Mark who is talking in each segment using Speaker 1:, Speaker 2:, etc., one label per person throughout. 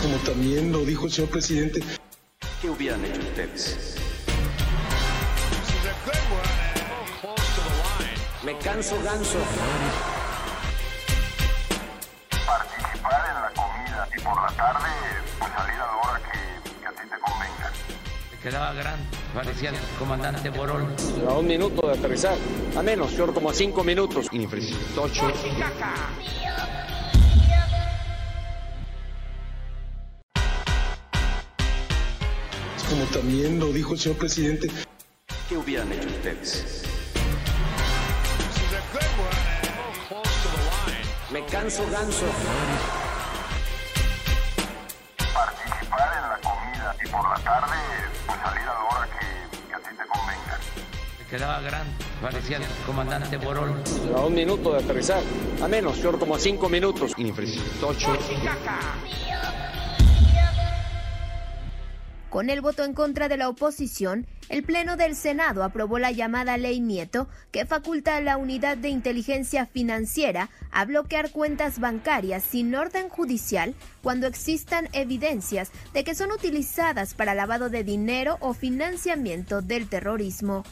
Speaker 1: como también lo dijo el señor presidente.
Speaker 2: ¿Qué hubieran hecho ustedes?
Speaker 3: Me canso ganso.
Speaker 4: Participar en la comida y por la tarde pues salir a la hora que, que a ti te convenga.
Speaker 5: Quedaba gran, parecía el comandante Borol.
Speaker 3: A un minuto de aterrizar. A menos, yo como a cinco minutos.
Speaker 5: Infraestructocho.
Speaker 1: como también lo dijo el señor presidente.
Speaker 2: ¿Qué hubieran hecho ustedes?
Speaker 3: Me canso ganso.
Speaker 4: Participar en la comida y por la tarde pues salir a la hora que, que a ti te convenga.
Speaker 5: Quedaba gran, parecía el comandante Borol.
Speaker 3: A un minuto de aterrizar. A menos, yo como a cinco minutos.
Speaker 5: Infraestructocho.
Speaker 6: Con el voto en contra de la oposición, el Pleno del Senado aprobó la llamada Ley Nieto, que faculta a la Unidad de Inteligencia Financiera a bloquear cuentas bancarias sin orden judicial cuando existan evidencias de que son utilizadas para lavado de dinero o financiamiento del terrorismo.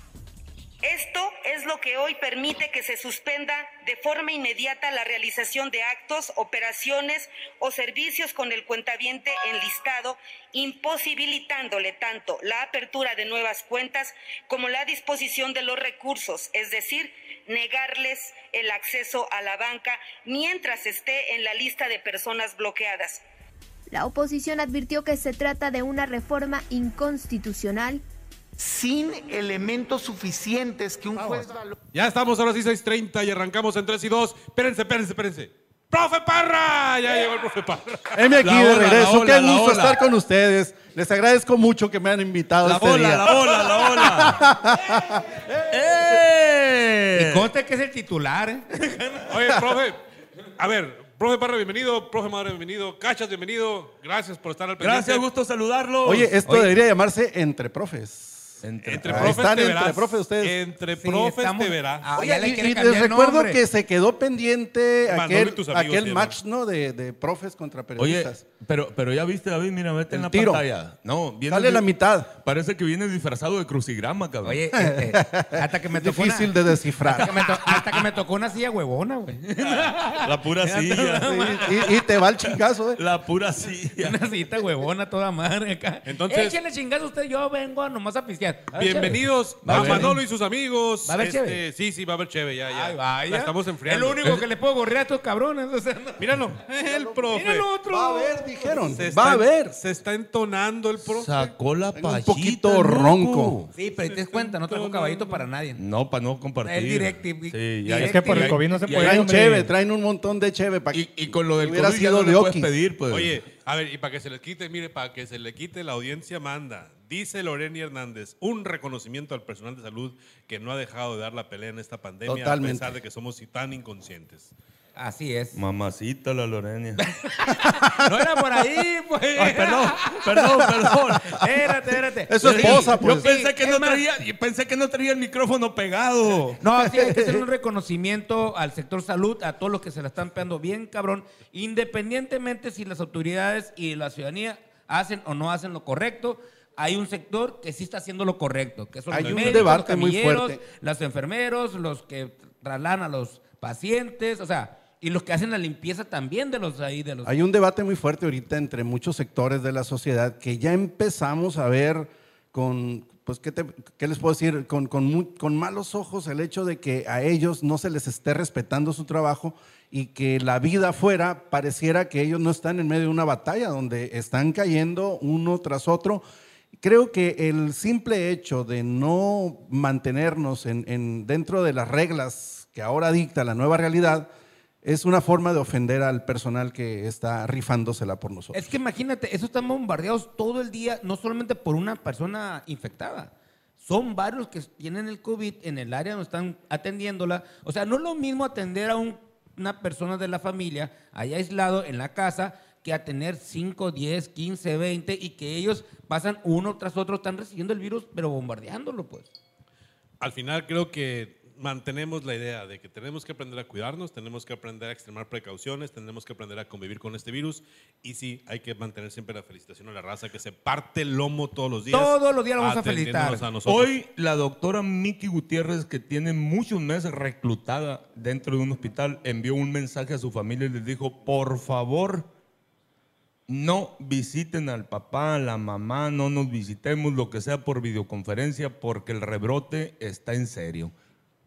Speaker 7: Esto es lo que hoy permite que se suspenda de forma inmediata la realización de actos, operaciones o servicios con el cuentaviente enlistado, imposibilitándole tanto la apertura de nuevas cuentas como la disposición de los recursos, es decir, negarles el acceso a la banca mientras esté en la lista de personas bloqueadas.
Speaker 6: La oposición advirtió que se trata de una reforma inconstitucional
Speaker 8: sin elementos suficientes que un juez valore.
Speaker 9: Ya estamos ahora sí 6.30 y arrancamos en 3 y 2. Espérense, espérense, espérense. ¡Profe Parra! Ya llegó el profe Parra.
Speaker 10: Heme aquí
Speaker 9: La
Speaker 10: de
Speaker 9: ola,
Speaker 10: regreso.
Speaker 9: la ola,
Speaker 10: Qué
Speaker 9: la
Speaker 10: gusto
Speaker 9: ola.
Speaker 10: estar con ustedes. Les agradezco mucho que me han invitado
Speaker 9: La
Speaker 10: este
Speaker 9: bola,
Speaker 10: día.
Speaker 9: la bola, la bola. ¡Eh!
Speaker 11: Y conste que es el titular, ¿eh?
Speaker 9: Oye, profe. A ver, profe Parra, bienvenido. Profe Madre, bienvenido. Cachas, bienvenido. Gracias por estar al pendiente.
Speaker 11: Gracias, gusto saludarlos.
Speaker 10: Oye, esto debería llamarse Entre Profes.
Speaker 9: Entre
Speaker 10: Ah,
Speaker 9: profes
Speaker 10: Están
Speaker 9: te
Speaker 10: entre
Speaker 9: verás.
Speaker 10: profes ustedes.
Speaker 9: Entre
Speaker 11: Sí,
Speaker 9: profes
Speaker 11: estamos-
Speaker 9: te verás.
Speaker 11: Ah,
Speaker 10: Oye,
Speaker 11: ya le
Speaker 10: y,
Speaker 11: quiere
Speaker 10: y
Speaker 11: cambiar
Speaker 10: les recuerdo
Speaker 11: nombre.
Speaker 10: que se quedó pendiente
Speaker 9: Manolo y
Speaker 10: aquel,
Speaker 9: tus amigos
Speaker 10: aquel
Speaker 9: se llaman.
Speaker 10: match ¿no? de, de profes contra
Speaker 12: Oye,
Speaker 10: periodistas.
Speaker 12: pero, pero ya viste, David, mira, vete en
Speaker 10: El
Speaker 12: la
Speaker 10: tiro.
Speaker 12: pantalla. No, viene.
Speaker 10: Dale la mitad.
Speaker 12: Parece que vienes disfrazado de crucigrama, cabrón.
Speaker 11: Oye, eh, eh, hasta que me tocó
Speaker 10: Difícil
Speaker 11: una,
Speaker 10: de
Speaker 11: hasta,
Speaker 10: descifrar.
Speaker 11: que me to- hasta que me tocó una silla huevona, güey.
Speaker 12: la pura silla.
Speaker 10: y, y te va el chingazo, eh.
Speaker 12: la pura silla.
Speaker 11: Una sillita huevona toda madre acá.
Speaker 9: Entonces-
Speaker 11: échenle chingazo usted, yo vengo nomás a pistear. A ver,
Speaker 9: Bienvenidos
Speaker 11: Va a
Speaker 9: a,
Speaker 11: haber
Speaker 9: Manolo
Speaker 11: cheve.
Speaker 9: y sus amigos. Este,
Speaker 11: ¿Va a haber
Speaker 7: Este,
Speaker 11: cheve?
Speaker 9: Sí, sí, va a haber chévere, ya,
Speaker 11: chévere.
Speaker 9: ya.
Speaker 11: Ay, vaya.
Speaker 9: La estamos
Speaker 11: El
Speaker 9: enfriando.
Speaker 11: único que le puedo gorrear a estos cabrones. O sea, no.
Speaker 9: Míralo, el profe.
Speaker 11: Mira el otro.
Speaker 10: Va a ver, dijeron.
Speaker 9: Se
Speaker 10: Va
Speaker 9: está-
Speaker 10: a ver.
Speaker 9: Se está entonando el profe.
Speaker 12: Sacó la
Speaker 10: Tengo un
Speaker 12: pajita.
Speaker 10: poquito
Speaker 12: loco.
Speaker 10: ronco.
Speaker 11: Sí, pero ahí te das cuenta, no trajo caballito para nadie.
Speaker 12: No, para no compartir.
Speaker 11: El Directive.
Speaker 12: Sí, ya-
Speaker 11: Es que por el
Speaker 12: y-
Speaker 11: COVID
Speaker 8: no se
Speaker 12: y-
Speaker 8: puede.
Speaker 10: Traen
Speaker 8: hombre.
Speaker 10: cheve, traen un montón de cheve. pa'
Speaker 12: Y,
Speaker 10: que-
Speaker 12: y con lo del
Speaker 10: Hubiera
Speaker 12: COVID ya
Speaker 10: sido
Speaker 12: no le puedes
Speaker 10: Leoki.
Speaker 12: pedir, pues.
Speaker 9: Oye, a ver, y para que se les quite, mire, para que se le quite la audiencia manda. Dice Loreni Hernández, un reconocimiento al personal de salud que no ha dejado de dar la pelea en esta pandemia
Speaker 10: Totalmente.
Speaker 9: a pesar de que somos tan inconscientes.
Speaker 11: Así es.
Speaker 12: Mamacita la Lorena.
Speaker 11: No era por ahí, pues.
Speaker 12: Ay, perdón, perdón, perdón.
Speaker 11: Espérate, espérate.
Speaker 10: Es su esposa, pues.
Speaker 12: Yo pensé que
Speaker 11: es
Speaker 12: no
Speaker 11: más-
Speaker 12: traía, y pensé que no traía el micrófono pegado.
Speaker 11: No, sí, hay que hacer un reconocimiento al sector salud, a todos los que se la están pegando bien, cabrón, independientemente si las autoridades y la ciudadanía hacen o no hacen lo correcto. Hay un sector que sí está haciendo lo correcto, que son
Speaker 10: Hay
Speaker 11: los
Speaker 10: un
Speaker 11: médicos, los
Speaker 10: debate muy
Speaker 11: camilleros,
Speaker 10: fuerte.
Speaker 11: los enfermeros, los que trasladan a los pacientes, o sea, y los que hacen la limpieza también de los ahí de los
Speaker 10: Hay un debate muy fuerte ahorita entre muchos sectores de la sociedad que ya empezamos a ver con, pues, ¿qué, te- qué les puedo decir? Con, con mu- con malos ojos el hecho de que a ellos no se les esté respetando su trabajo y que la vida afuera pareciera que ellos no están en medio de una batalla donde están cayendo uno tras otro. Creo que el simple hecho de no mantenernos en- en- dentro de las reglas que ahora dicta la nueva realidad, es una forma de ofender al personal que está rifándosela por nosotros.
Speaker 11: Es que imagínate, eso están bombardeados todo el día, no solamente por una persona infectada. Son varios que tienen el COVID en el área donde están atendiéndola. O sea, no es lo mismo atender a un- una persona de la familia allá aislado en la casa que atender 5, 10, 15, 20 y que ellos pasan uno tras otro, están recibiendo el virus, pero bombardeándolo, pues.
Speaker 9: Al final creo que
Speaker 4: mantenemos la idea de que tenemos que aprender a cuidarnos, tenemos que aprender a extremar precauciones, tenemos que aprender a convivir con este virus y sí, hay que mantener siempre la felicitación a la raza que se parte el lomo todos los días.
Speaker 7: Todos
Speaker 11: los días
Speaker 7: lo vamos a
Speaker 4: atendiéndonos
Speaker 7: felicitar.
Speaker 4: a nosotros.
Speaker 7: Hoy la doctora Miki Gutiérrez, que tiene muchos meses reclutada dentro de un hospital, envió un mensaje a su familia y les dijo, por favor, no visiten al papá, a la mamá, no nos visitemos, lo que sea por videoconferencia, porque el rebrote está en serio.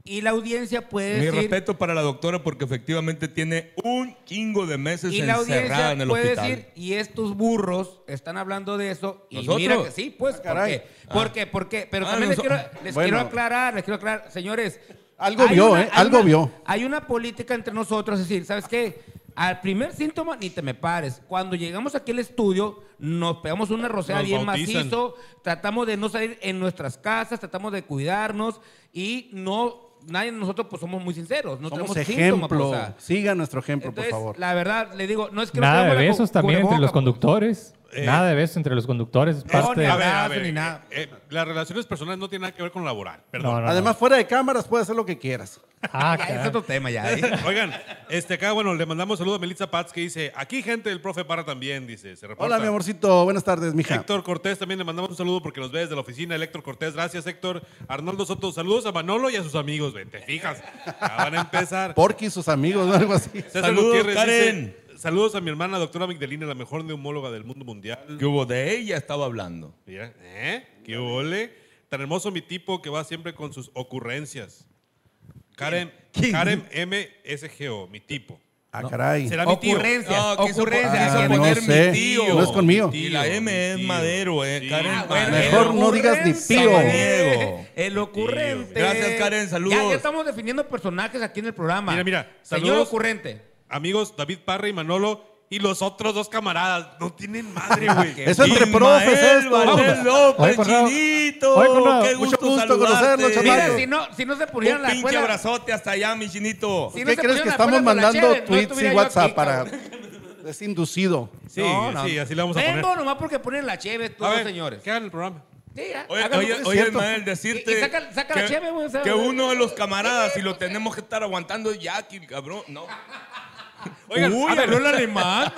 Speaker 11: Y la audiencia puede
Speaker 7: Mi
Speaker 11: decir...
Speaker 7: respeto para la doctora porque efectivamente tiene un chingo de meses
Speaker 11: y la
Speaker 7: encerrada
Speaker 11: audiencia
Speaker 7: en el
Speaker 11: puede
Speaker 7: hospital.
Speaker 11: decir, y estos burros están hablando de eso, y
Speaker 7: ¿Nosotros?
Speaker 11: mira que sí,
Speaker 10: Ah,
Speaker 11: pues, ¿por
Speaker 7: caray.
Speaker 11: qué? ¿Por qué? ¿Por qué? Pero
Speaker 7: Ah,
Speaker 11: también les,
Speaker 7: noso-
Speaker 11: quiero, les
Speaker 7: Bueno.
Speaker 11: quiero aclarar, les quiero aclarar, señores.
Speaker 10: Algo
Speaker 11: hay
Speaker 10: vio,
Speaker 11: una-
Speaker 10: ¿eh?
Speaker 11: hay
Speaker 10: Algo
Speaker 11: una-
Speaker 10: vio.
Speaker 11: Hay una política entre nosotros, es decir, ¿sabes qué? Al primer síntoma, ni te me pares. Cuando llegamos aquí al estudio, nos pegamos una rosea
Speaker 7: Nos
Speaker 11: bien
Speaker 7: bautizan.
Speaker 11: macizo, tratamos de no salir en nuestras casas, tratamos de cuidarnos y no... Nadie de nosotros pues somos muy sinceros, no
Speaker 10: Somos
Speaker 11: tenemos
Speaker 10: ejemplo.
Speaker 11: síntomas. pues, o sea,
Speaker 10: Siga nuestro ejemplo,
Speaker 11: entonces,
Speaker 10: por favor.
Speaker 11: la verdad, le digo, no es que no
Speaker 13: Nada de
Speaker 11: traigamos la
Speaker 13: besos
Speaker 11: cu-
Speaker 13: también entre los
Speaker 11: cubreboca,
Speaker 13: conductores.
Speaker 4: Eh.
Speaker 13: Nada de besos entre los conductores. Es parte de-
Speaker 4: a ver, a ver, eh, eh, las relaciones personales no tienen nada que ver con laboral. Perdón.
Speaker 13: No, no, no.
Speaker 10: Además, fuera de cámaras puede hacer lo que quieras.
Speaker 13: Ah,
Speaker 11: es otro tema ya. ¿eh?
Speaker 4: Oigan, este acá, bueno, le mandamos saludos a Melitza Paz que dice, aquí gente del profe para también, dice, se reporta.
Speaker 10: Hola, mi amorcito. Buenas tardes, mija.
Speaker 4: Héctor Cortés, también le mandamos un saludo porque nos ve desde la oficina. El Héctor Cortés, gracias Héctor. Arnoldo Soto, saludos a Manolo y a sus amigos, güey, te fijas. Ya van a empezar.
Speaker 10: Porky y sus amigos, o algo así.
Speaker 4: César Gutiérrez dice, saludos a mi hermana, doctora Magdalena, la mejor neumóloga del mundo mundial.
Speaker 7: Que hubo de ella estaba hablando.
Speaker 4: Mira, ¿eh? ¡Qué ole! Tan hermoso mi tipo que va siempre con sus ocurrencias. Karen, Karen MSGO, mi tipo.
Speaker 10: Ah, caray.
Speaker 4: ¿Será mi tío?
Speaker 11: Ocurrencias,
Speaker 4: No, quiso-
Speaker 11: ocurrencias.
Speaker 4: quiso
Speaker 10: Ah,
Speaker 4: poner-
Speaker 10: no sé, no es conmigo.
Speaker 7: Y la M es Madero, eh. Karen.
Speaker 11: Ah,
Speaker 10: Mejor no digas ni pío.
Speaker 7: Diego.
Speaker 11: El ocurrente.
Speaker 7: Gracias, Karen, saludos.
Speaker 11: Ya, ya estamos definiendo personajes aquí en el programa.
Speaker 4: Mira, mira,
Speaker 11: Señor
Speaker 4: saludos.
Speaker 11: ocurrente.
Speaker 4: Amigos, David Parra y Manolo y los otros dos camaradas. No tienen madre, güey.
Speaker 10: Eso entre profes, esto.
Speaker 7: Valdés
Speaker 10: vámonos.
Speaker 7: López,
Speaker 10: Oye, Conrado.
Speaker 7: chinito.
Speaker 10: Oye, Conrado.
Speaker 7: Qué
Speaker 10: Mucho
Speaker 7: gusto,
Speaker 10: gusto conocerlo,
Speaker 7: saludarte.
Speaker 10: chamaco. Mira,
Speaker 11: Si no, si no se
Speaker 7: Un
Speaker 11: pusieron la
Speaker 7: pinche
Speaker 11: escuela.
Speaker 7: abrazote hasta allá, mi chinito.
Speaker 11: Si no
Speaker 10: ¿Qué crees
Speaker 11: se pusieron
Speaker 10: que
Speaker 11: la
Speaker 10: estamos
Speaker 11: cuerda con la
Speaker 10: mandando
Speaker 11: cheve, no
Speaker 10: tweets y
Speaker 11: estuviera yo
Speaker 10: WhatsApp
Speaker 11: aquí,
Speaker 10: para
Speaker 11: cabrón.
Speaker 10: desinducido?
Speaker 4: Sí, sí, así le vamos a
Speaker 11: Vengo
Speaker 4: poner.
Speaker 11: nomás porque ponen la cheve, todos
Speaker 4: A ver,
Speaker 11: señores.
Speaker 4: ¿qué hagan el programa?
Speaker 11: Sí, ya,
Speaker 7: Oye,
Speaker 11: háganlo.
Speaker 7: oye,
Speaker 11: Es
Speaker 7: oye,
Speaker 11: cierto.
Speaker 7: Ismael, decirte
Speaker 11: Y- y saca- saca la
Speaker 7: que,
Speaker 11: cheve, güey, o sea,
Speaker 7: que
Speaker 11: güey.
Speaker 7: uno de los camaradas, y lo tenemos que estar aguantando es Jackie, el cabrón. No.
Speaker 4: Oigan,
Speaker 7: Uy,
Speaker 4: a ver.
Speaker 7: habló el alemán.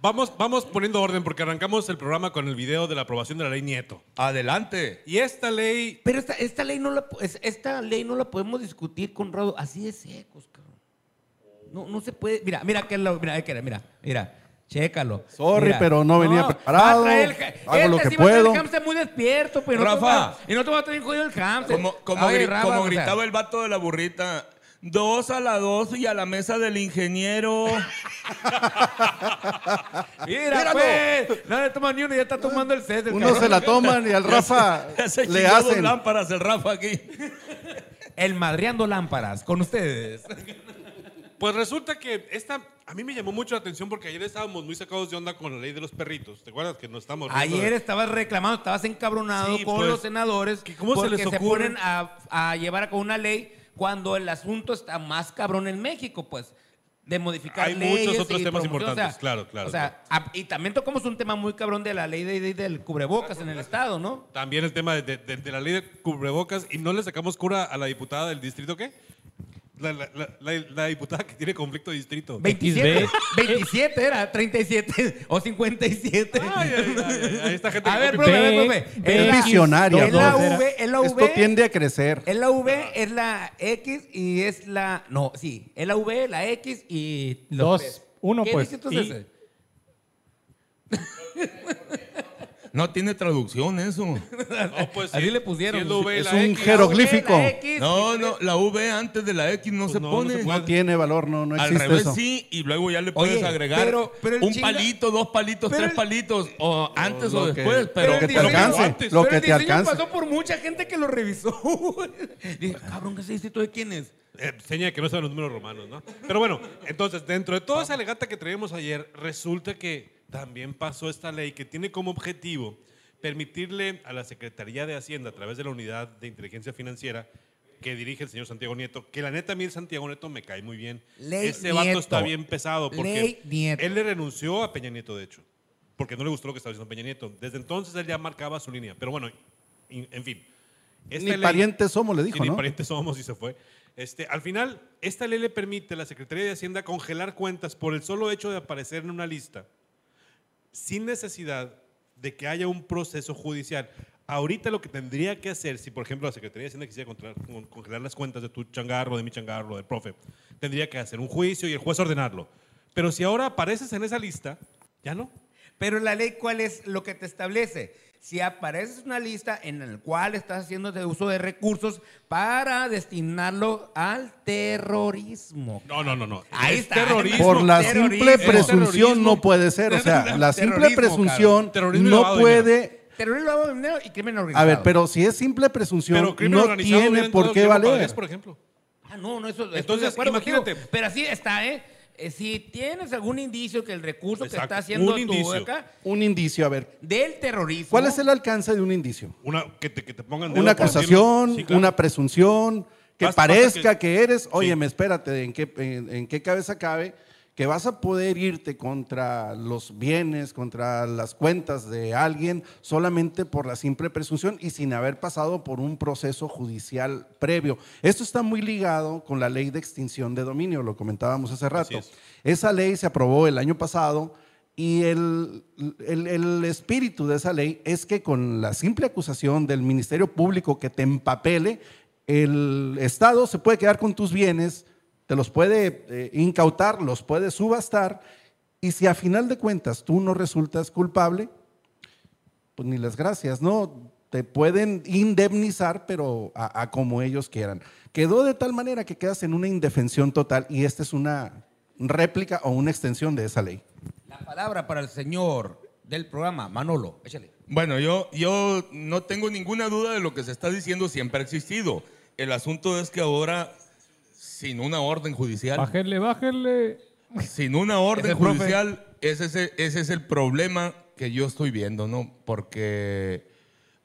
Speaker 4: Vamos, vamos poniendo orden porque arrancamos el programa con el video de la aprobación de la ley Nieto.
Speaker 7: Adelante.
Speaker 4: Y esta ley,
Speaker 11: Pero esta, esta ley no la po- es- esta ley no la podemos discutir, Conrado, así de secos, cabrón. No, no se puede. Mira, mira que lo- mira, mira, mira, mira. Chécalo.
Speaker 10: Sorry,
Speaker 11: Mira.
Speaker 10: pero no venía preparado,
Speaker 11: va a traer el ja-
Speaker 10: hago
Speaker 11: este
Speaker 10: lo que
Speaker 11: sí va a traer
Speaker 10: puedo.
Speaker 11: El hamster muy despierto, pero
Speaker 7: Rafa.
Speaker 11: y no te va a tener jodido el hamster.
Speaker 7: Como, como,
Speaker 11: Ay,
Speaker 7: gri-
Speaker 11: Rafa,
Speaker 7: como
Speaker 11: o sea,
Speaker 7: gritaba el vato de la burrita. Dos a la dos y a la mesa del ingeniero.
Speaker 11: Mira,
Speaker 7: Míralo.
Speaker 11: pues, no le toma ni uno, ya está tomando el set. del
Speaker 10: Unos
Speaker 11: cabrón.
Speaker 10: se la toman y al Rafa
Speaker 7: Ya se
Speaker 10: le
Speaker 7: chingó dos
Speaker 10: hacen.
Speaker 7: lámparas el Rafa aquí.
Speaker 11: El madreando lámparas con ustedes.
Speaker 4: pues resulta que esta a mí me llamó mucho la atención porque ayer estábamos muy sacados de onda con la ley de los perritos. ¿Te acuerdas que nos estamos riendo
Speaker 11: Ayer
Speaker 4: de-
Speaker 11: estabas reclamando, estabas encabronado
Speaker 4: Sí,
Speaker 11: con
Speaker 4: pues,
Speaker 11: los senadores
Speaker 4: que cómo se
Speaker 11: porque
Speaker 4: les
Speaker 11: se
Speaker 4: ocurre.
Speaker 11: ponen a, a llevar a cabo una ley cuando el asunto está más cabrón en México, pues, de modificar
Speaker 4: Hay
Speaker 11: leyes
Speaker 4: muchos otros
Speaker 11: y
Speaker 4: temas
Speaker 11: promoción,
Speaker 4: importantes, claro, claro,
Speaker 11: o sea, a- y también tocamos un tema muy cabrón de la ley de- de- del cubrebocas en el Estado, ¿no?
Speaker 4: También el tema de, de- de- de la ley de cubrebocas y no le sacamos cura a la diputada del distrito, ¿qué? La, la- la- la- la diputada que tiene conflicto de distrito.
Speaker 11: 27, 27 era, 37 o 57.
Speaker 4: Ay, ay, ay, ay, ay, esta gente
Speaker 11: A
Speaker 4: que
Speaker 11: ver,
Speaker 4: copia-
Speaker 11: profe, a ver, profe.
Speaker 10: Es
Speaker 11: la-
Speaker 10: visionario.
Speaker 11: Es la
Speaker 10: Dos.
Speaker 11: V, es la V.
Speaker 10: Esto tiende a crecer.
Speaker 11: Es la V, es la X y es la. No, sí. Es la V, la X y. los
Speaker 13: Dos,
Speaker 11: tres.
Speaker 13: uno,
Speaker 11: ¿Qué
Speaker 13: pues,
Speaker 11: dices entonces?
Speaker 13: y-
Speaker 7: No tiene traducción eso.
Speaker 4: No, pues,
Speaker 11: Así
Speaker 4: sí,
Speaker 11: le pusieron.
Speaker 4: siendo V
Speaker 10: Es
Speaker 4: la
Speaker 10: un
Speaker 4: X.
Speaker 10: jeroglífico.
Speaker 11: La X,
Speaker 7: No, no, la V antes de la X
Speaker 11: Pues
Speaker 7: no se
Speaker 4: no, no
Speaker 7: pone.
Speaker 4: se
Speaker 10: No tiene valor, no, no
Speaker 7: Al
Speaker 10: existe
Speaker 7: revés
Speaker 10: eso.
Speaker 7: sí, y luego ya le
Speaker 11: Oye,
Speaker 7: puedes agregar
Speaker 11: pero- pero el
Speaker 7: un
Speaker 11: chinga-
Speaker 7: palito, dos palitos,
Speaker 11: pero
Speaker 7: tres
Speaker 11: el-
Speaker 7: palitos, o antes o
Speaker 10: lo que-
Speaker 7: después,
Speaker 10: lo
Speaker 7: pero,
Speaker 10: que te
Speaker 7: pero-
Speaker 10: alcance,
Speaker 4: antes,
Speaker 10: lo
Speaker 11: pero
Speaker 10: que
Speaker 11: el
Speaker 10: te
Speaker 11: diseño
Speaker 10: alcance.
Speaker 11: pasó por mucha gente que lo revisó. Dije, cabrón, ¿qué se dice todo de quién es?
Speaker 4: Eh, seña de que no saben los números romanos, ¿no? Pero bueno, entonces, dentro de toda esa legata que traíamos ayer, resulta que también pasó esta ley que tiene como objetivo permitirle a la Secretaría de Hacienda, a través de la Unidad de Inteligencia Financiera, que dirige el señor Santiago Nieto, que la neta a mí el Santiago Nieto me cae muy bien.
Speaker 11: Ley
Speaker 4: Ese vato
Speaker 11: Nieto.
Speaker 4: está bien pesado porque
Speaker 11: Ley Nieto.
Speaker 4: él le renunció a Peña Nieto, de hecho, porque no le gustó lo que estaba diciendo Peña Nieto. Desde entonces él ya marcaba su línea. Pero bueno, en en fin.
Speaker 10: Ni parientes somos, le dijo,
Speaker 4: Sí, Ni
Speaker 10: ¿no?
Speaker 4: parientes somos y se fue. Este, al final, esta ley le permite a la Secretaría de Hacienda congelar cuentas por el solo hecho de aparecer en una lista, sin necesidad de que haya un proceso judicial. Ahorita lo que tendría que hacer, si por ejemplo la Secretaría de Hacienda quisiera controlar- con- congelar las cuentas de tu changarro, de mi changarro, del profe, tendría que hacer un juicio y el juez ordenarlo. Pero si ahora apareces en esa lista, ya no.
Speaker 11: Pero la ley, ¿cuál es lo que te establece? Si apareces una lista en la cual estás haciendo de uso de recursos para destinarlo al terrorismo.
Speaker 4: No, no, no, no.
Speaker 11: Ahí
Speaker 4: Es
Speaker 11: está.
Speaker 4: terrorismo.
Speaker 10: Por la
Speaker 11: Terrorismo.
Speaker 10: simple
Speaker 11: Es
Speaker 10: presunción
Speaker 11: terrorismo.
Speaker 10: no puede ser. O sea, la simple
Speaker 11: Terrorismo,
Speaker 10: presunción
Speaker 11: cabrón. Terrorismo y
Speaker 10: no
Speaker 11: lavado de
Speaker 10: puede.
Speaker 11: Terrorismo lavado de dinero y crimen
Speaker 10: A
Speaker 11: organizado.
Speaker 10: ver, pero si es simple presunción,
Speaker 4: Pero crimen
Speaker 10: no
Speaker 4: organizado hubiera
Speaker 10: tiene
Speaker 4: entrado
Speaker 10: por qué
Speaker 4: Guillermo Padres,
Speaker 10: valer.
Speaker 4: por ejemplo.
Speaker 11: Ah, no, no, eso. estoy
Speaker 4: Entonces,
Speaker 11: de acuerdo contigo.
Speaker 4: imagínate.
Speaker 11: Pero así está, ¿eh? Eh, Si tienes algún indicio que el recurso que
Speaker 10: Exacto,
Speaker 11: está haciendo
Speaker 10: un
Speaker 11: tu
Speaker 10: indicio.
Speaker 11: acá
Speaker 10: Un indicio, a ver.
Speaker 11: del terrorismo.
Speaker 10: ¿Cuál es el alcance de un indicio?
Speaker 4: Una, que, te, que te pongan dedo
Speaker 10: Una
Speaker 4: por decirlo.
Speaker 10: acusación,
Speaker 4: Sí, claro.
Speaker 10: una presunción, que
Speaker 4: Basta- basta
Speaker 10: parezca que, eres,
Speaker 4: Sí.
Speaker 10: oye, me espérate, ¿en qué, en, en qué cabeza cabe? Que vas a poder irte contra los bienes, contra las cuentas de alguien, solamente por la simple presunción y sin haber pasado por un proceso judicial previo. Esto está muy ligado con la ley de extinción de dominio, lo comentábamos hace rato. Esa ley se aprobó el año pasado y el, el- el espíritu de esa ley es que con la simple acusación del Ministerio Público que te empapele, el Estado se puede quedar con tus bienes, te los puede eh, incautar, los puede subastar, y si a final de cuentas tú no resultas culpable, pues ni las gracias, ¿no? Te pueden indemnizar, pero a, a como ellos quieran. Quedó de tal manera que quedas en una indefensión total y esta es una réplica o una extensión de esa ley.
Speaker 11: Palabra para el señor del programa, Manolo. Échale.
Speaker 7: Bueno, yo, yo no tengo ninguna duda de lo que se está diciendo, siempre ha existido. El asunto es que ahora, sin una orden judicial.
Speaker 13: Bájenle, bájenle.
Speaker 7: Sin una orden
Speaker 13: Ese profe.
Speaker 7: judicial, ese es, el- ese es el problema que yo estoy viendo, ¿no? Porque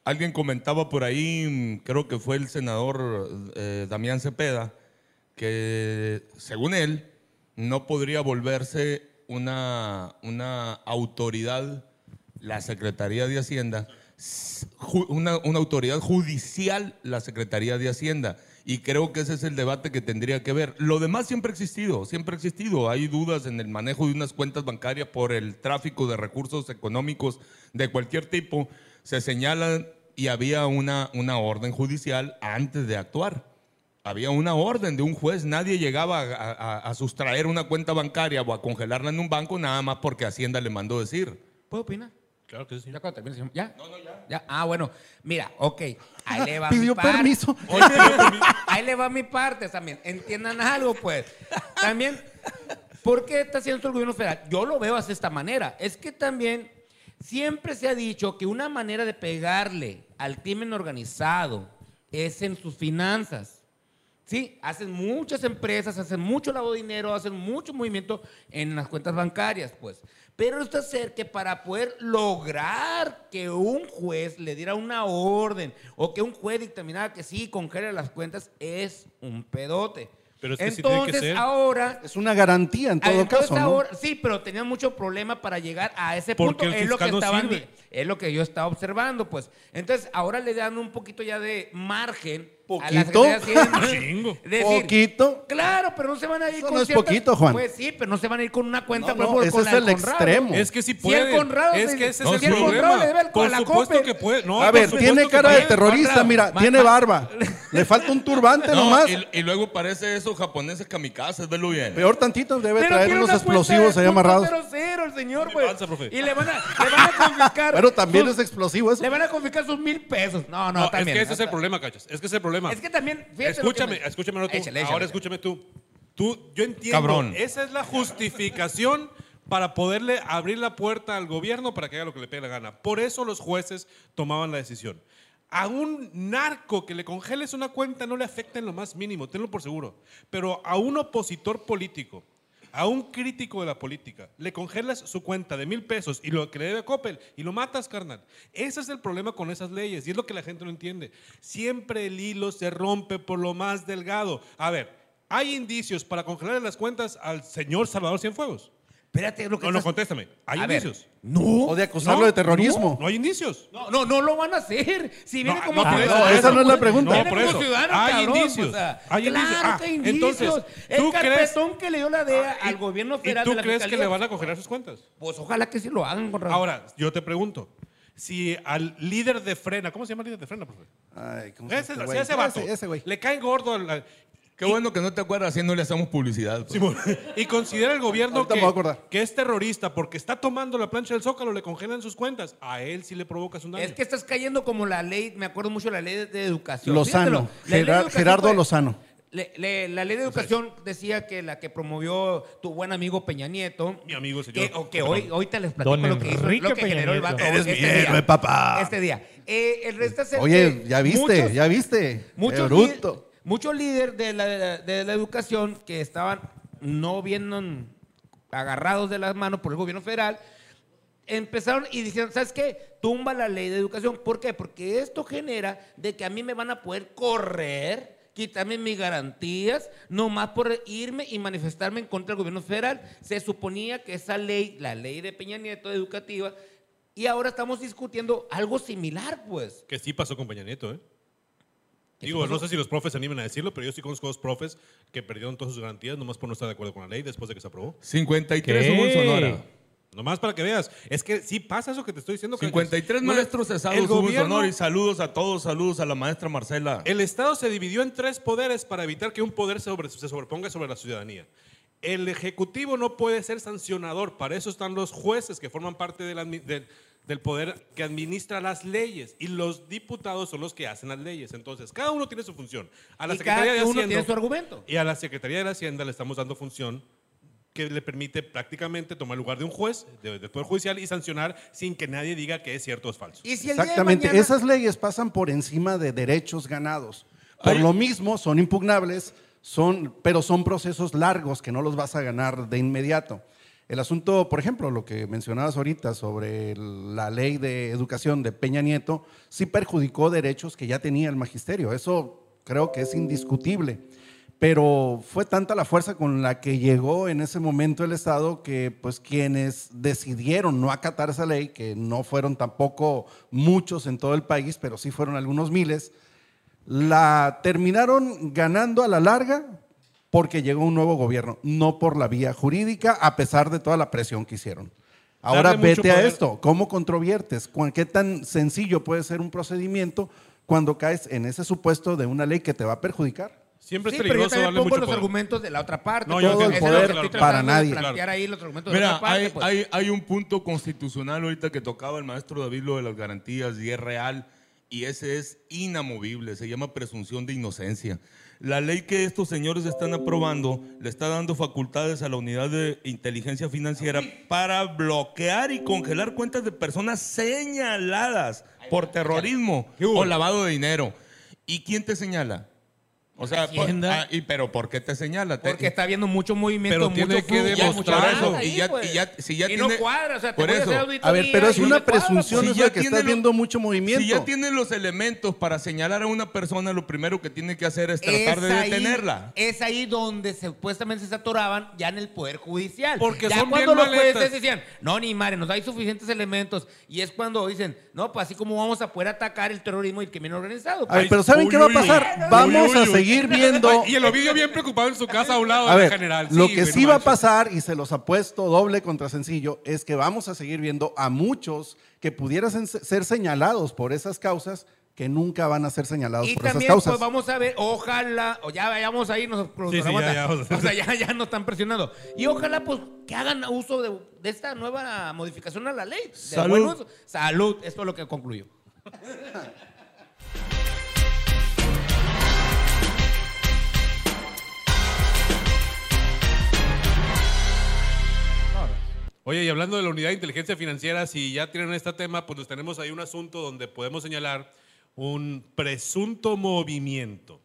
Speaker 7: alguien comentaba por ahí, mm, creo que fue el senador eh, Damián Cepeda, que según él, no podría volverse una, una autoridad, la Secretaría de Hacienda, s- ju- una, una autoridad judicial, la Secretaría de Hacienda. Y creo que ese es el debate que tendría que ver. Lo demás siempre ha existido, siempre ha existido. Hay dudas en el manejo de unas cuentas bancarias por el tráfico de recursos económicos de cualquier tipo. Se señalan y había una, una orden judicial antes de actuar. Había una orden de un juez, nadie llegaba a, a- a sustraer una cuenta bancaria o a congelarla en un banco nada más porque Hacienda le mandó decir.
Speaker 11: ¿Puedo opinar?
Speaker 4: Claro que sí.
Speaker 11: ¿Ya cuando termine, señor? ¿Ya? No, no, ya. Ah, bueno. Mira, ok. Ahí le va
Speaker 10: Pidió
Speaker 11: mi parte.
Speaker 10: permiso.
Speaker 11: Oye, pidió permiso. Ahí le va mi parte también. Entiendan algo, pues. También, ¿por qué está haciendo esto el gobierno federal? Yo lo veo de esta manera. Es que también siempre se ha dicho que una manera de pegarle al crimen organizado es en sus finanzas. Sí, hacen muchas empresas, hacen mucho lavado de dinero, hacen mucho movimiento en las cuentas bancarias, pues. Pero esto hacer que para poder lograr que un juez le diera una orden o que un juez dictaminara que sí, congela las cuentas, es un pedote.
Speaker 10: Pero es que sí tiene que
Speaker 11: Entonces,
Speaker 10: ser.
Speaker 11: ahora...
Speaker 10: Es una garantía en todo
Speaker 11: entonces
Speaker 10: caso, ¿no?
Speaker 11: ahora- Sí, pero tenían mucho problema para llegar a ese
Speaker 10: Porque
Speaker 11: punto.
Speaker 10: el
Speaker 11: es lo que
Speaker 10: fiscal no
Speaker 11: estaban
Speaker 10: sirve.
Speaker 11: di- Es lo que yo estaba observando, pues. Entonces, ahora le dan un poquito ya de margen a la
Speaker 10: ¿Poquito?
Speaker 11: Secretaría de Hacienda.
Speaker 10: Chingo.
Speaker 11: Decir,
Speaker 10: ¿Poquito?
Speaker 11: Claro, pero no se van a ir
Speaker 10: Eso
Speaker 11: con
Speaker 10: no es
Speaker 11: ciertas-
Speaker 10: poquito, Juan.
Speaker 11: Pues sí, pero no se van a ir con una cuenta.
Speaker 10: No,
Speaker 11: por
Speaker 10: no,
Speaker 11: ejemplo,
Speaker 10: ese
Speaker 11: con la
Speaker 10: es
Speaker 11: del
Speaker 10: el
Speaker 11: Conrado.
Speaker 10: extremo.
Speaker 4: Es que sí
Speaker 11: Si el
Speaker 4: puede.
Speaker 11: Conrado
Speaker 4: es
Speaker 11: se-
Speaker 4: que ese
Speaker 10: No,
Speaker 4: es
Speaker 10: sí.
Speaker 4: el
Speaker 10: Conrado
Speaker 4: problema.
Speaker 10: le debe el-
Speaker 4: por
Speaker 10: a la
Speaker 4: supuesto
Speaker 11: pues.
Speaker 10: Coppel.
Speaker 4: que puede. No,
Speaker 10: a
Speaker 4: por
Speaker 10: ver,
Speaker 4: supuesto
Speaker 10: tiene
Speaker 4: que
Speaker 10: cara de
Speaker 4: puede.
Speaker 10: terrorista, mira, tiene barba, le falta un turbante
Speaker 7: No,
Speaker 10: nomás.
Speaker 7: y, y luego parece esos japoneses kamikazes, velo bien.
Speaker 10: Peor tantito, debe
Speaker 7: Pero
Speaker 10: traer
Speaker 7: tiene
Speaker 10: unos
Speaker 7: una cuenta
Speaker 10: explosivos
Speaker 7: de
Speaker 10: ahí amarrados.
Speaker 11: Cero, cero, el señor, güey.
Speaker 7: profe.
Speaker 11: Y le van a, le van a confiscar.
Speaker 10: Pero también
Speaker 11: sus-
Speaker 10: es explosivo eso.
Speaker 11: Le van a confiscar sus mil pesos. No, no,
Speaker 4: No, es
Speaker 11: también.
Speaker 4: que ese es el problema, cachos. Es que ese es el problema.
Speaker 11: Es que también, fíjate.
Speaker 4: escúchame, escúchame no tú.
Speaker 11: Échale, échale,
Speaker 4: Ahora escúchame tú. Tú, yo entiendo.
Speaker 7: Cabrón.
Speaker 4: Esa es la justificación para poderle abrir la puerta al gobierno para que haga lo que le pegue la gana. Por eso los jueces tomaban la decisión. A un narco que le congeles una cuenta no le afecta en lo más mínimo, tenlo por seguro. Pero a un opositor político, a un crítico de la política, le congelas su cuenta de mil pesos y lo que le debe a Coppel y lo matas, carnal. Ese es el problema con esas leyes y es lo que la gente no entiende. Siempre el hilo se rompe por lo más delgado. A ver, ¿hay indicios para congelarle las cuentas al señor Salvador Cienfuegos?
Speaker 11: espérate, lo que
Speaker 4: No, no,
Speaker 11: estás-
Speaker 4: contéstame. ¿Hay
Speaker 11: A ver,
Speaker 4: indicios?
Speaker 11: no. O de
Speaker 10: acusarlo de terrorismo.
Speaker 4: No, no hay indicios.
Speaker 11: No, no, no lo van a hacer. Si viene como
Speaker 4: por
Speaker 11: ciudadano.
Speaker 4: eso,
Speaker 10: esa no es la pregunta.
Speaker 11: Viene
Speaker 4: No, por
Speaker 11: como
Speaker 4: eso.
Speaker 11: ciudadano,
Speaker 4: Hay
Speaker 11: cabrón, pues,
Speaker 4: indicios.
Speaker 11: o sea,
Speaker 4: Hay
Speaker 11: claro
Speaker 4: indicios. Ah,
Speaker 11: que hay indicios.
Speaker 4: entonces,
Speaker 11: el
Speaker 4: ¿tú crees-
Speaker 11: carpetón que le dio la DEA
Speaker 4: Ah, y-
Speaker 11: al gobierno
Speaker 4: ¿Y
Speaker 11: federal
Speaker 4: tú
Speaker 11: de la
Speaker 4: crees que
Speaker 11: Fiscalía.
Speaker 4: le van a congelar sus cuentas?
Speaker 11: Pues ojalá que sí lo hagan, Conrado.
Speaker 4: Ahora, yo te pregunto, si al líder de Frena, ¿cómo se llama el líder de Frena, profe?
Speaker 10: Ay, ¿cómo se
Speaker 4: Ese,
Speaker 10: llama este
Speaker 4: sí,
Speaker 10: güey?
Speaker 4: ese vato.
Speaker 10: Ese- ese güey.
Speaker 4: Le cae gordo al- al-
Speaker 7: Qué bueno que no te acuerdas, así no le hacemos publicidad. pues.
Speaker 4: y considera el gobierno
Speaker 10: Ahorita
Speaker 4: que,
Speaker 10: me voy a acordar.
Speaker 4: que es terrorista porque está tomando la plancha del Zócalo, le congelan sus cuentas. A él sí le provocas un daño.
Speaker 11: Es que estás cayendo como la ley, me acuerdo mucho de la ley de, de educación.
Speaker 10: Lozano.
Speaker 11: Fíjatelo, la ley de
Speaker 10: Gerar-
Speaker 11: educación
Speaker 10: Gerardo
Speaker 11: fue-
Speaker 10: Lozano.
Speaker 11: le- le- la ley de educación decía que la que promovió tu buen amigo Peña Nieto.
Speaker 4: Mi amigo, señor.
Speaker 11: Que, o que hoy, hoy te les platico
Speaker 13: Don
Speaker 11: lo que hizo,
Speaker 13: Enrique
Speaker 11: lo que
Speaker 13: Peña
Speaker 11: generó el vato. este
Speaker 13: Nieto.
Speaker 10: Eres mi
Speaker 11: día.
Speaker 10: héroe, papá.
Speaker 11: Este día. Eh, el resto es el
Speaker 10: Oye,
Speaker 11: que
Speaker 10: ya viste,
Speaker 11: muchos-
Speaker 10: ya viste.
Speaker 11: Muchos, li-
Speaker 10: Bruto.
Speaker 11: muchos líderes de la, de la educación que estaban no bien agarrados de las manos por el gobierno federal, empezaron y dijeron, ¿sabes qué? Tumba la ley de educación. ¿Por qué? Porque esto genera de que a mí me van a poder correr, quitarme mis garantías, nomás por irme y manifestarme en contra del gobierno federal. Se suponía que esa ley, la ley de Peña Nieto educativa, y ahora estamos discutiendo algo similar, pues.
Speaker 4: Que sí pasó con Peña Nieto, ¿eh?
Speaker 11: ¿Qué
Speaker 4: Digo,
Speaker 11: pasó?
Speaker 4: no sé si los profes se animan a decirlo, pero yo sí conozco dos profes que perdieron todas sus garantías nomás por no estar de acuerdo con la ley después de que se aprobó.
Speaker 7: 53
Speaker 13: ¿Qué?
Speaker 7: hubo en Sonora.
Speaker 4: Nomás para que veas. Es que sí pasa eso que te estoy diciendo. Calles.
Speaker 7: 53
Speaker 4: No le-
Speaker 7: maestros cesados
Speaker 4: el
Speaker 7: hubo en
Speaker 4: gobierno-
Speaker 7: Sonora. Y saludos a todos, saludos a la maestra Marcela.
Speaker 4: El Estado se dividió en tres poderes para evitar que un poder se, sobre- se sobreponga sobre la ciudadanía. El Ejecutivo no puede ser sancionador, para eso están los jueces que forman parte del, admi- del- del poder que administra las leyes y los diputados son los que hacen las leyes. Entonces, cada uno tiene su función. A la
Speaker 11: Y
Speaker 4: Secretaría
Speaker 11: cada
Speaker 4: de
Speaker 11: uno
Speaker 4: Hacienda-
Speaker 11: tiene su argumento.
Speaker 4: Y a la Secretaría de la Hacienda le estamos dando función que le permite prácticamente tomar el lugar de un juez, de, de poder judicial y sancionar sin que nadie diga que es cierto o es falso.
Speaker 11: Y si el día de
Speaker 10: Exactamente.
Speaker 11: mañana-
Speaker 10: Esas leyes pasan por encima de derechos ganados. Por
Speaker 7: Ay.
Speaker 10: lo mismo, son impugnables, son, pero son procesos largos que no los vas a ganar de inmediato. El asunto, por ejemplo, lo que mencionabas ahorita sobre el- la ley de educación de Peña Nieto, sí perjudicó derechos que ya tenía el magisterio. Eso creo que es indiscutible. Pero fue tanta la fuerza con la que llegó en ese momento el Estado que pues quienes decidieron no acatar esa ley, que no fueron tampoco muchos en todo el país, pero sí fueron algunos miles, la terminaron ganando a la larga porque llegó un nuevo gobierno, no por la vía jurídica, a pesar de toda la presión que hicieron. Ahora
Speaker 4: Darle mucho
Speaker 10: vete a
Speaker 4: poder.
Speaker 10: esto, ¿cómo controviertes? ¿Cuán- ¿Qué tan sencillo puede ser un procedimiento cuando caes en ese supuesto de una ley que te va a perjudicar?
Speaker 4: Siempre
Speaker 11: Sí,
Speaker 4: es
Speaker 11: pero yo
Speaker 4: peligroso
Speaker 11: también
Speaker 4: darle
Speaker 11: pongo
Speaker 4: mucho
Speaker 11: los
Speaker 4: poder.
Speaker 11: argumentos de la otra parte.
Speaker 4: No, yo
Speaker 11: pues,
Speaker 4: entiendo,
Speaker 11: eso es
Speaker 10: claro,
Speaker 11: lo que
Speaker 10: claro,
Speaker 11: estoy
Speaker 10: para
Speaker 11: tratando de
Speaker 10: nadie.
Speaker 11: plantear ahí los argumentos de la
Speaker 7: Mira,
Speaker 11: otra parte,
Speaker 7: hay,
Speaker 11: pues.
Speaker 7: hay- hay un punto constitucional ahorita que tocaba el maestro David, lo de las garantías, y es real, y ese es inamovible, se llama presunción de inocencia. La ley que estos señores están aprobando le está dando facultades a la unidad de inteligencia financiera para bloquear y congelar cuentas de personas señaladas por terrorismo o lavado de dinero. ¿Y quién te señala? O sea, pues,
Speaker 11: Hacienda.
Speaker 7: ah, y, pero ¿por qué te señala? Te-
Speaker 11: Porque está habiendo mucho movimiento,
Speaker 7: Pero
Speaker 11: mucho
Speaker 7: tiene que
Speaker 11: flujo,
Speaker 7: demostrar
Speaker 11: mucha banda
Speaker 7: eso.
Speaker 11: ahí,
Speaker 7: Y ya-
Speaker 11: pues.
Speaker 7: y ya- si ya
Speaker 11: Y
Speaker 7: tiene-
Speaker 11: no cuadra, o sea, te
Speaker 7: por
Speaker 11: voy a
Speaker 7: eso.
Speaker 11: hacer
Speaker 7: A
Speaker 11: auditoría
Speaker 10: A ver, pero es
Speaker 11: y no
Speaker 10: una
Speaker 11: te cuadra, pues.
Speaker 10: presunción,
Speaker 7: pues. Si
Speaker 10: es
Speaker 7: ya
Speaker 10: la que
Speaker 7: tiene
Speaker 10: estás
Speaker 7: lo-
Speaker 10: viendo mucho movimiento.
Speaker 7: Si ya tiene los elementos para señalar a una persona, lo primero que tiene que hacer es
Speaker 11: pues.
Speaker 7: tratar
Speaker 11: Es
Speaker 7: de
Speaker 11: ahí-
Speaker 7: detenerla.
Speaker 11: es ahí donde supuestamente se atoraban ya en el Poder Judicial.
Speaker 4: Porque
Speaker 11: ya
Speaker 4: son
Speaker 11: cuando
Speaker 4: bien
Speaker 11: los jueces
Speaker 4: maletas.
Speaker 11: decían, no, ni madre, nos hay suficientes elementos. Y es cuando dicen, no, pues así como vamos a poder atacar el terrorismo y el crimen organizado.
Speaker 10: A ver,
Speaker 11: pues.
Speaker 10: pero ¿saben
Speaker 7: Uy,
Speaker 10: qué va a
Speaker 7: uy, uy.
Speaker 10: pasar?
Speaker 7: Uy,
Speaker 10: Vamos
Speaker 7: uy,
Speaker 10: a
Speaker 7: uy.
Speaker 10: seguir viendo.
Speaker 4: Y el Ovidio bien preocupado en su casa a un lado
Speaker 10: A
Speaker 4: del
Speaker 10: ver,
Speaker 4: general.
Speaker 10: lo
Speaker 4: Sí,
Speaker 10: que
Speaker 4: güey,
Speaker 10: sí
Speaker 4: no
Speaker 10: va a
Speaker 4: manches.
Speaker 10: pasar, y se los apuesto doble contra sencillo, es que vamos a seguir viendo a muchos que pudieran sen- ser señalados por esas causas que nunca van a ser señalados
Speaker 11: Y
Speaker 10: por esas
Speaker 11: también,
Speaker 10: causas.
Speaker 11: pues vamos a ver, ojalá, o ya vayamos ahí, nos
Speaker 4: Sí, sí, ya, ya, vamos a-
Speaker 11: o sea, ya, ya nos están presionando. Y ojalá, pues, que hagan uso de, de esta nueva modificación a la ley. De
Speaker 7: Salud.
Speaker 11: buen uso. Salud, esto es lo que concluyo.
Speaker 4: Oye, y hablando de la unidad de inteligencia financiera, si ya tienen este tema, pues nos tenemos ahí un asunto donde podemos señalar un presunto movimiento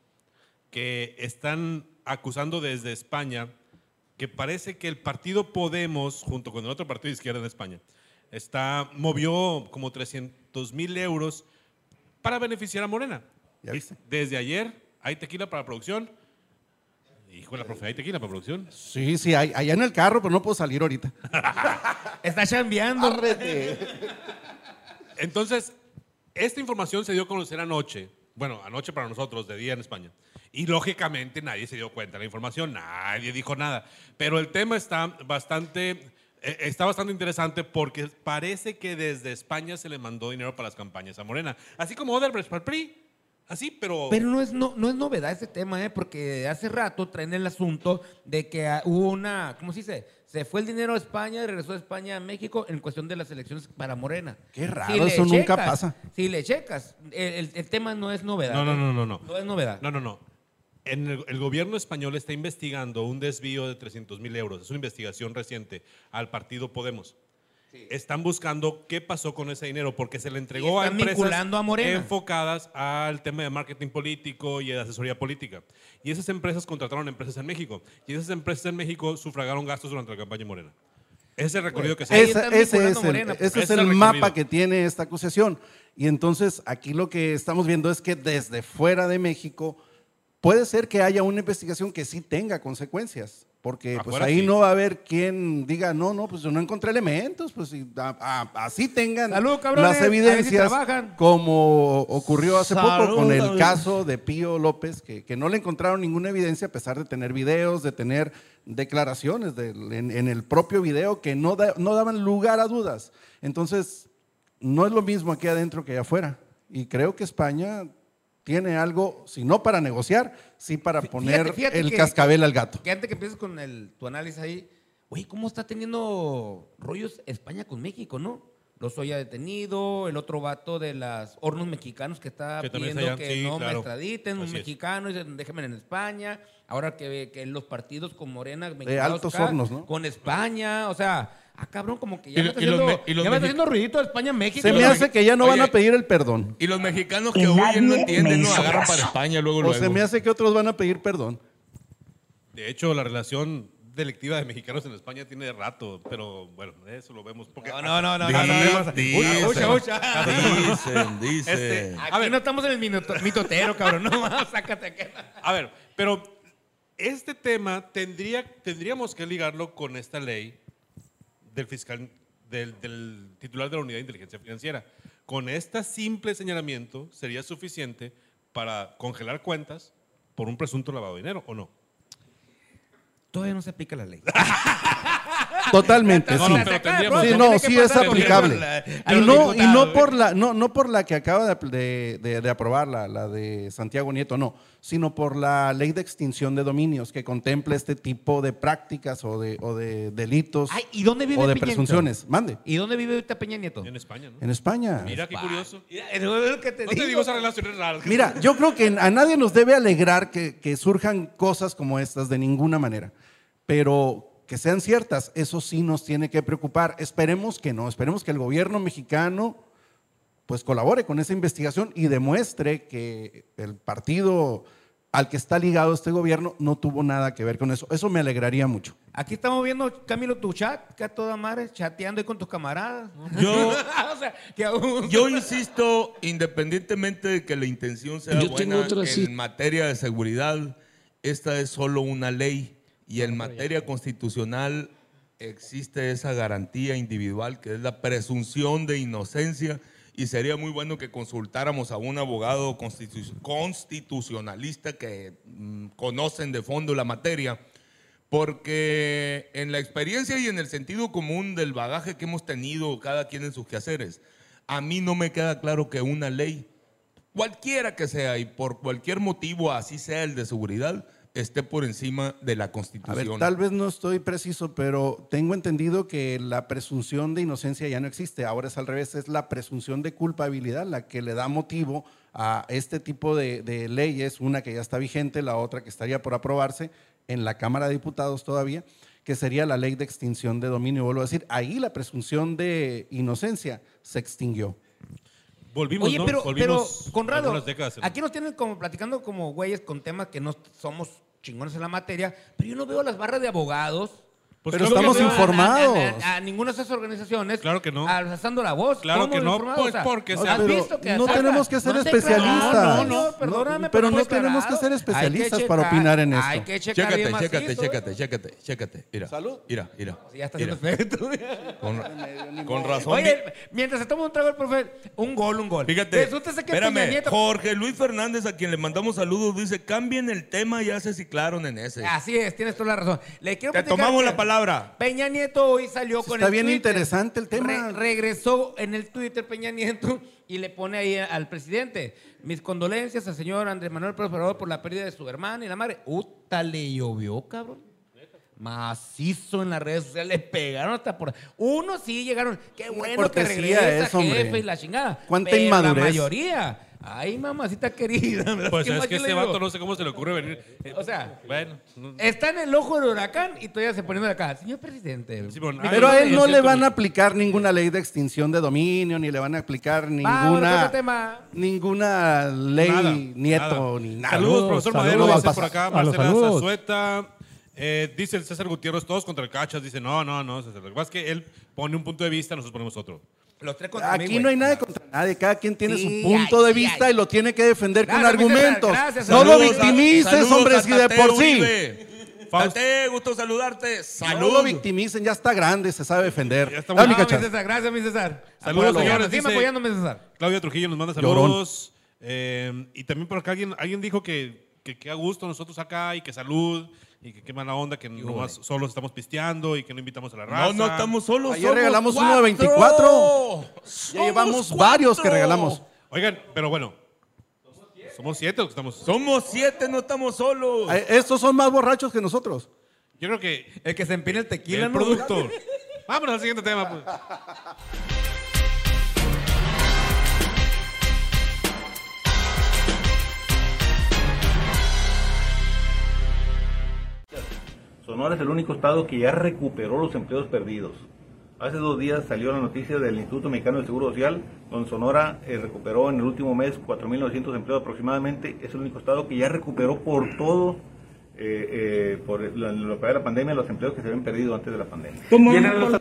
Speaker 4: que están acusando desde España, que parece que el partido Podemos, junto con el otro partido de izquierda en España, está, movió como 300 mil euros para beneficiar a Morena.
Speaker 10: ¿Ya viste?
Speaker 4: Desde ayer hay tequila para producción. Hijo, la profe, ¿hay tequila para producción?
Speaker 10: Sí, sí, hay- allá en el carro, pero no puedo salir ahorita.
Speaker 11: Está
Speaker 4: Ah,
Speaker 11: chambeando.
Speaker 4: Entonces, esta información se dio a conocer anoche. Bueno, anoche para nosotros, de día en España. Y lógicamente nadie se dio cuenta de la información, nadie dijo nada. Pero el tema está bastante, eh, está bastante interesante porque parece que desde España se le mandó dinero para las campañas a Morena. Así como Odebrecht para el PRI. Así, pero...
Speaker 11: Pero no es, no, no es novedad ese tema, ¿eh? porque hace rato traen el asunto de que ah, hubo una, ¿cómo se dice? Se fue el dinero a España, regresó a España a México en cuestión de las elecciones para Morena.
Speaker 10: Qué raro,
Speaker 11: le
Speaker 10: eso nunca pasa.
Speaker 11: Si le checas, el, el- el tema no es novedad.
Speaker 4: No, no,
Speaker 11: ¿eh?
Speaker 4: no, no, no.
Speaker 11: No es novedad.
Speaker 4: No, no, no. En el, el gobierno español está investigando un desvío de 300 mil euros. Es una investigación reciente al partido Podemos. Están buscando qué pasó con ese dinero porque se le entregó a
Speaker 11: están
Speaker 4: empresas
Speaker 11: vinculando a Morena.
Speaker 4: enfocadas al tema de marketing político y de asesoría política. Y esas empresas contrataron empresas en México. Y esas empresas en México sufragaron gastos durante la campaña Morena. Ese es el recorrido que se
Speaker 10: Ese- ese es el, ese es el mapa
Speaker 4: recorrido.
Speaker 10: que tiene esta acusación. Y entonces aquí lo que estamos viendo es que desde fuera de México puede ser que haya una investigación que sí tenga consecuencias. Porque pues,
Speaker 4: Afuera
Speaker 10: ahí
Speaker 4: sí.
Speaker 10: no va a haber quien diga, no, no, pues yo no encontré elementos, pues y a- a- así tengan
Speaker 11: Salud, cabrones, a
Speaker 10: las
Speaker 11: ver si
Speaker 10: evidencias
Speaker 11: trabajan.
Speaker 10: como ocurrió hace
Speaker 11: Salud,
Speaker 10: poco con el
Speaker 11: cabrones.
Speaker 10: caso de Pío López, que, que no le encontraron ninguna evidencia a pesar de tener videos, de tener declaraciones del- en, en el propio video que no, da- no daban lugar a dudas. Entonces, no es lo mismo aquí adentro que allá afuera. Y creo que España tiene algo, si no para negociar, sí para poner
Speaker 11: fíjate
Speaker 10: el
Speaker 11: que-
Speaker 10: cascabel al gato.
Speaker 11: Que antes que empieces con el, tu análisis ahí, güey, ¿cómo está teniendo rollos España con México, no? Los Lozoya detenido, el otro vato de las hornos mexicanos que está
Speaker 4: Que también
Speaker 11: pidiendo
Speaker 4: está allá,
Speaker 11: que
Speaker 4: sí,
Speaker 11: no
Speaker 4: claro.
Speaker 11: me extraditen, un
Speaker 4: Así es.
Speaker 11: mexicano, y dicen, déjenme en España. Ahora que, que los partidos con Morena, mezclados
Speaker 10: Altos Hornos, ¿no?
Speaker 11: Con España, o sea, ah, cabrón, como que ya
Speaker 7: Y-
Speaker 11: me está
Speaker 7: y los
Speaker 11: haciendo,
Speaker 7: me- y los
Speaker 11: ya me está
Speaker 7: mexi-
Speaker 11: haciendo ruidito España-México.
Speaker 10: Se me hace que ya no van a pedir el perdón.
Speaker 7: Y los mexicanos
Speaker 11: Y
Speaker 7: que huyen no
Speaker 11: nadie me
Speaker 7: entienden, no
Speaker 11: hizo
Speaker 7: agarran
Speaker 11: caso.
Speaker 7: para España luego,
Speaker 10: O
Speaker 7: luego.
Speaker 10: se me hace que otros van a pedir perdón.
Speaker 4: De hecho, la relación delictiva de mexicanos en España tiene de rato, pero bueno, eso lo vemos. Porque
Speaker 11: No, no, no, no, no, no, no. Ucha, ucha, ucha.
Speaker 7: Dicen, dicen.
Speaker 4: Este,
Speaker 11: Aquí no estamos en el minuto- mitotero, cabrón, no, sácate acá.
Speaker 4: A ver, pero este tema tendría, tendríamos que ligarlo con esta ley del fiscal, del, del titular de la unidad de inteligencia financiera. Con este simple señalamiento sería suficiente para congelar cuentas por un presunto lavado de dinero, ¿o no?
Speaker 11: Todavía no se aplica la ley.
Speaker 10: Totalmente,
Speaker 4: No,
Speaker 10: sí.
Speaker 4: no, pero tendríamos-
Speaker 10: sí, no,
Speaker 4: tiene que
Speaker 10: sí es
Speaker 4: pasar.
Speaker 10: aplicable.
Speaker 4: Tendríamos la-
Speaker 10: Y no, y
Speaker 4: diputado,
Speaker 10: no por la, no, no por la que acaba de, de- de- de aprobar la, la de Santiago Nieto, no, sino por la ley de extinción de dominios que contempla este tipo de prácticas o de, o de delitos
Speaker 11: Ay, ¿y dónde vive
Speaker 10: o de
Speaker 11: Peña Nieto?
Speaker 10: presunciones. Mande.
Speaker 11: ¿Y dónde vive ahorita Peña Nieto? Pues, En
Speaker 4: España, ¿no?
Speaker 10: En España.
Speaker 4: Mira qué curioso.
Speaker 11: te
Speaker 4: no te digo esas relaciones raras.
Speaker 10: Mira, yo creo que a nadie nos debe alegrar que, que surjan cosas como estas de ninguna manera, pero que sean ciertas, eso sí nos tiene que preocupar. Esperemos que no, esperemos que el gobierno mexicano pues colabore con esa investigación y demuestre que el partido al que está ligado este gobierno no tuvo nada que ver con eso. Eso me alegraría mucho.
Speaker 11: Aquí estamos viendo, Camilo, tu chat, que a toda madre, chateando ahí con tus camaradas.
Speaker 7: Yo-
Speaker 11: o sea, que aún...
Speaker 7: Yo insisto, independientemente de que la intención sea
Speaker 11: Yo
Speaker 7: buena
Speaker 11: tengo otra
Speaker 7: en
Speaker 11: sí.
Speaker 7: materia de seguridad, esta es solo una ley y en materia constitucional existe esa garantía individual que es la presunción de inocencia y sería muy bueno que consultáramos a un abogado constitu- constitucionalista que mm, conocen de fondo la materia. Porque en la experiencia y en el sentido común del bagaje que hemos tenido cada quien en sus quehaceres, a mí no me queda claro que una ley, cualquiera que sea y por cualquier motivo, así sea el de seguridad, esté por encima de la
Speaker 10: A ver,
Speaker 7: Constitución.
Speaker 10: tal vez no estoy preciso, pero tengo entendido que la presunción de inocencia ya no existe. Ahora es al revés, es la presunción de culpabilidad la que le da motivo a este tipo de, de leyes, una que ya está vigente, la otra que estaría por aprobarse en la Cámara de Diputados todavía, que sería la ley de extinción de dominio. Vuelvo a decir, ahí la presunción de inocencia se extinguió.
Speaker 4: Volvimos,
Speaker 11: Oye,
Speaker 4: ¿no?
Speaker 11: pero,
Speaker 4: Volvimos
Speaker 11: pero, Conrado,
Speaker 4: algunas décadas en-
Speaker 11: aquí nos tienen como platicando como güeyes con temas que no somos chingones en la materia, pero yo no veo las barras de abogados
Speaker 4: Pues
Speaker 10: Pero
Speaker 4: claro que
Speaker 10: estamos
Speaker 4: no.
Speaker 10: informados.
Speaker 11: A, a ninguna de esas organizaciones.
Speaker 4: Claro que no.
Speaker 11: Alzando la voz.
Speaker 4: Claro
Speaker 11: ¿cómo
Speaker 4: que no,
Speaker 11: informados?
Speaker 4: pues, porque
Speaker 11: ¿has
Speaker 4: se- No, pero
Speaker 11: visto que
Speaker 10: no
Speaker 11: hasta-
Speaker 10: tenemos que ser
Speaker 11: te
Speaker 10: especialistas.
Speaker 11: aclaras,
Speaker 10: No,
Speaker 11: No,
Speaker 10: no,
Speaker 11: perdóname.
Speaker 10: pero no
Speaker 11: fue
Speaker 10: tenemos que
Speaker 11: aclarado.
Speaker 10: ser
Speaker 11: Hay
Speaker 10: especialistas
Speaker 11: checar,
Speaker 10: para opinar en
Speaker 11: Hay
Speaker 10: esto.
Speaker 11: que checar
Speaker 7: Chécate,
Speaker 11: bien
Speaker 7: chécate,
Speaker 11: macizo,
Speaker 7: chécate, chécate, chécate. Mira.
Speaker 11: Salud.
Speaker 7: Mira, mira.
Speaker 11: Ya está
Speaker 7: mira.
Speaker 11: haciendo efecto.
Speaker 7: Con, con razón.
Speaker 11: Oye, mientras se toma un trago el profe, un gol, un gol.
Speaker 7: Fíjate,
Speaker 11: Resulta que
Speaker 7: espérame,
Speaker 11: Peña Nieto-
Speaker 7: Jorge Luis Fernández, a quien le mandamos saludos, dice, cambien el tema, ya se ciclaron en ese.
Speaker 11: Así es, tienes toda la razón. Le quiero
Speaker 7: Te
Speaker 11: platicar
Speaker 7: tomamos
Speaker 11: que
Speaker 7: la palabra.
Speaker 11: Peña Nieto hoy salió con
Speaker 10: Está
Speaker 11: el
Speaker 10: bien
Speaker 11: Twitter.
Speaker 10: interesante el tema.
Speaker 11: Re- regresó en el Twitter Peña Nieto y le pone ahí al presidente. Mis condolencias al señor Andrés Manuel Prosperador por la pérdida de su hermana y la madre. Uta le llovió, cabrón. Macizo en las redes sociales, le pegaron hasta por. Uno sí llegaron. Qué bueno que
Speaker 10: cortesía
Speaker 11: regresa,
Speaker 10: es, hombre.
Speaker 11: jefe, y la chingada.
Speaker 10: Cuánta
Speaker 11: Pero
Speaker 10: inmadurez.
Speaker 11: La mayoría. Ay, mamacita querida. ¿verdad?
Speaker 4: Pues
Speaker 11: ¿Qué
Speaker 4: es
Speaker 11: más
Speaker 4: que
Speaker 11: yo le
Speaker 4: este
Speaker 11: digo?
Speaker 4: vato no sé cómo se le ocurre venir. Eh,
Speaker 11: O sea,
Speaker 4: Bueno. no-
Speaker 11: Está en el ojo del huracán y todavía se pone de acá. Señor presidente.
Speaker 4: ah,
Speaker 11: mi
Speaker 10: Pero a él no le
Speaker 11: condolencia-
Speaker 10: van a aplicar ninguna ley de extinción de dominio, ni le van a aplicar
Speaker 11: Vámonos con otro
Speaker 10: ninguna,
Speaker 11: tema.
Speaker 10: ninguna ley
Speaker 4: Nada,
Speaker 10: nieto,
Speaker 4: nada.
Speaker 10: ni nada.
Speaker 4: Saludos, profesor
Speaker 10: Saludos,
Speaker 4: Madero,
Speaker 10: va a
Speaker 4: dice por
Speaker 10: pasar.
Speaker 4: acá,
Speaker 10: A los
Speaker 4: Marcela
Speaker 10: saludos.
Speaker 4: Zazueta. Eh, dice el César Gutiérrez, todos contra el Cachas. Dice, no, no, no, César. Lo que pasa es que él pone un punto de vista, nosotros ponemos otro.
Speaker 11: Los tres contra mí,
Speaker 10: Aquí
Speaker 11: güey.
Speaker 10: no hay nada contra nadie, cada quien tiene
Speaker 11: Sí,
Speaker 10: su punto de
Speaker 11: ay,
Speaker 10: vista
Speaker 11: ay.
Speaker 10: y lo tiene que defender con
Speaker 11: Gracias,
Speaker 10: argumentos.
Speaker 11: César, gracias,
Speaker 10: no lo
Speaker 11: saludos,
Speaker 10: victimices,
Speaker 7: saludos
Speaker 10: hombre,
Speaker 7: a
Speaker 10: si de
Speaker 7: Tateo
Speaker 10: por sí.
Speaker 7: Uribe. Tate, gusto saludarte.
Speaker 10: No lo
Speaker 7: Saludos.
Speaker 10: victimicen, ya está grande, se sabe defender.
Speaker 4: estamos-
Speaker 10: Ah, mi
Speaker 11: No, mi
Speaker 10: Cachas.
Speaker 11: César, gracias, mi César.
Speaker 4: Saludos,
Speaker 11: Apóyalo.
Speaker 4: señores,
Speaker 11: Sigue
Speaker 4: dice-
Speaker 11: apoyándome, César.
Speaker 4: Claudia Trujillo nos manda
Speaker 10: Llorón.
Speaker 4: saludos. Eh, y también por acá alguien, alguien dijo que que qué a gusto nosotros acá y que salud y que qué mala onda que nomás solos estamos pisteando y que no invitamos a la raza.
Speaker 7: No, no estamos solos.
Speaker 10: Ayer
Speaker 7: somos
Speaker 10: regalamos uno de
Speaker 7: cuatro.
Speaker 10: 24. Ya
Speaker 7: Somos
Speaker 10: llevamos
Speaker 7: cuatro.
Speaker 10: varios que regalamos.
Speaker 4: Oigan, pero bueno. Somos siete los que estamos.
Speaker 7: Somos siete, no estamos solos.
Speaker 10: Eh, Estos son más borrachos que nosotros.
Speaker 4: Yo creo que
Speaker 11: El que se empina el tequila,
Speaker 4: el
Speaker 11: ¿no?
Speaker 4: productor. Vámonos al siguiente tema, pues.
Speaker 14: Sonora es el único estado que ya recuperó los empleos perdidos. Hace dos días salió la noticia del Instituto Mexicano del Seguro Social, donde Sonora eh, recuperó en el último mes 4.900 empleos aproximadamente. Es el único estado que ya recuperó por todo, eh, eh, por la- lo que era la pandemia, los empleos que se habían perdido antes de la pandemia. Vienen los-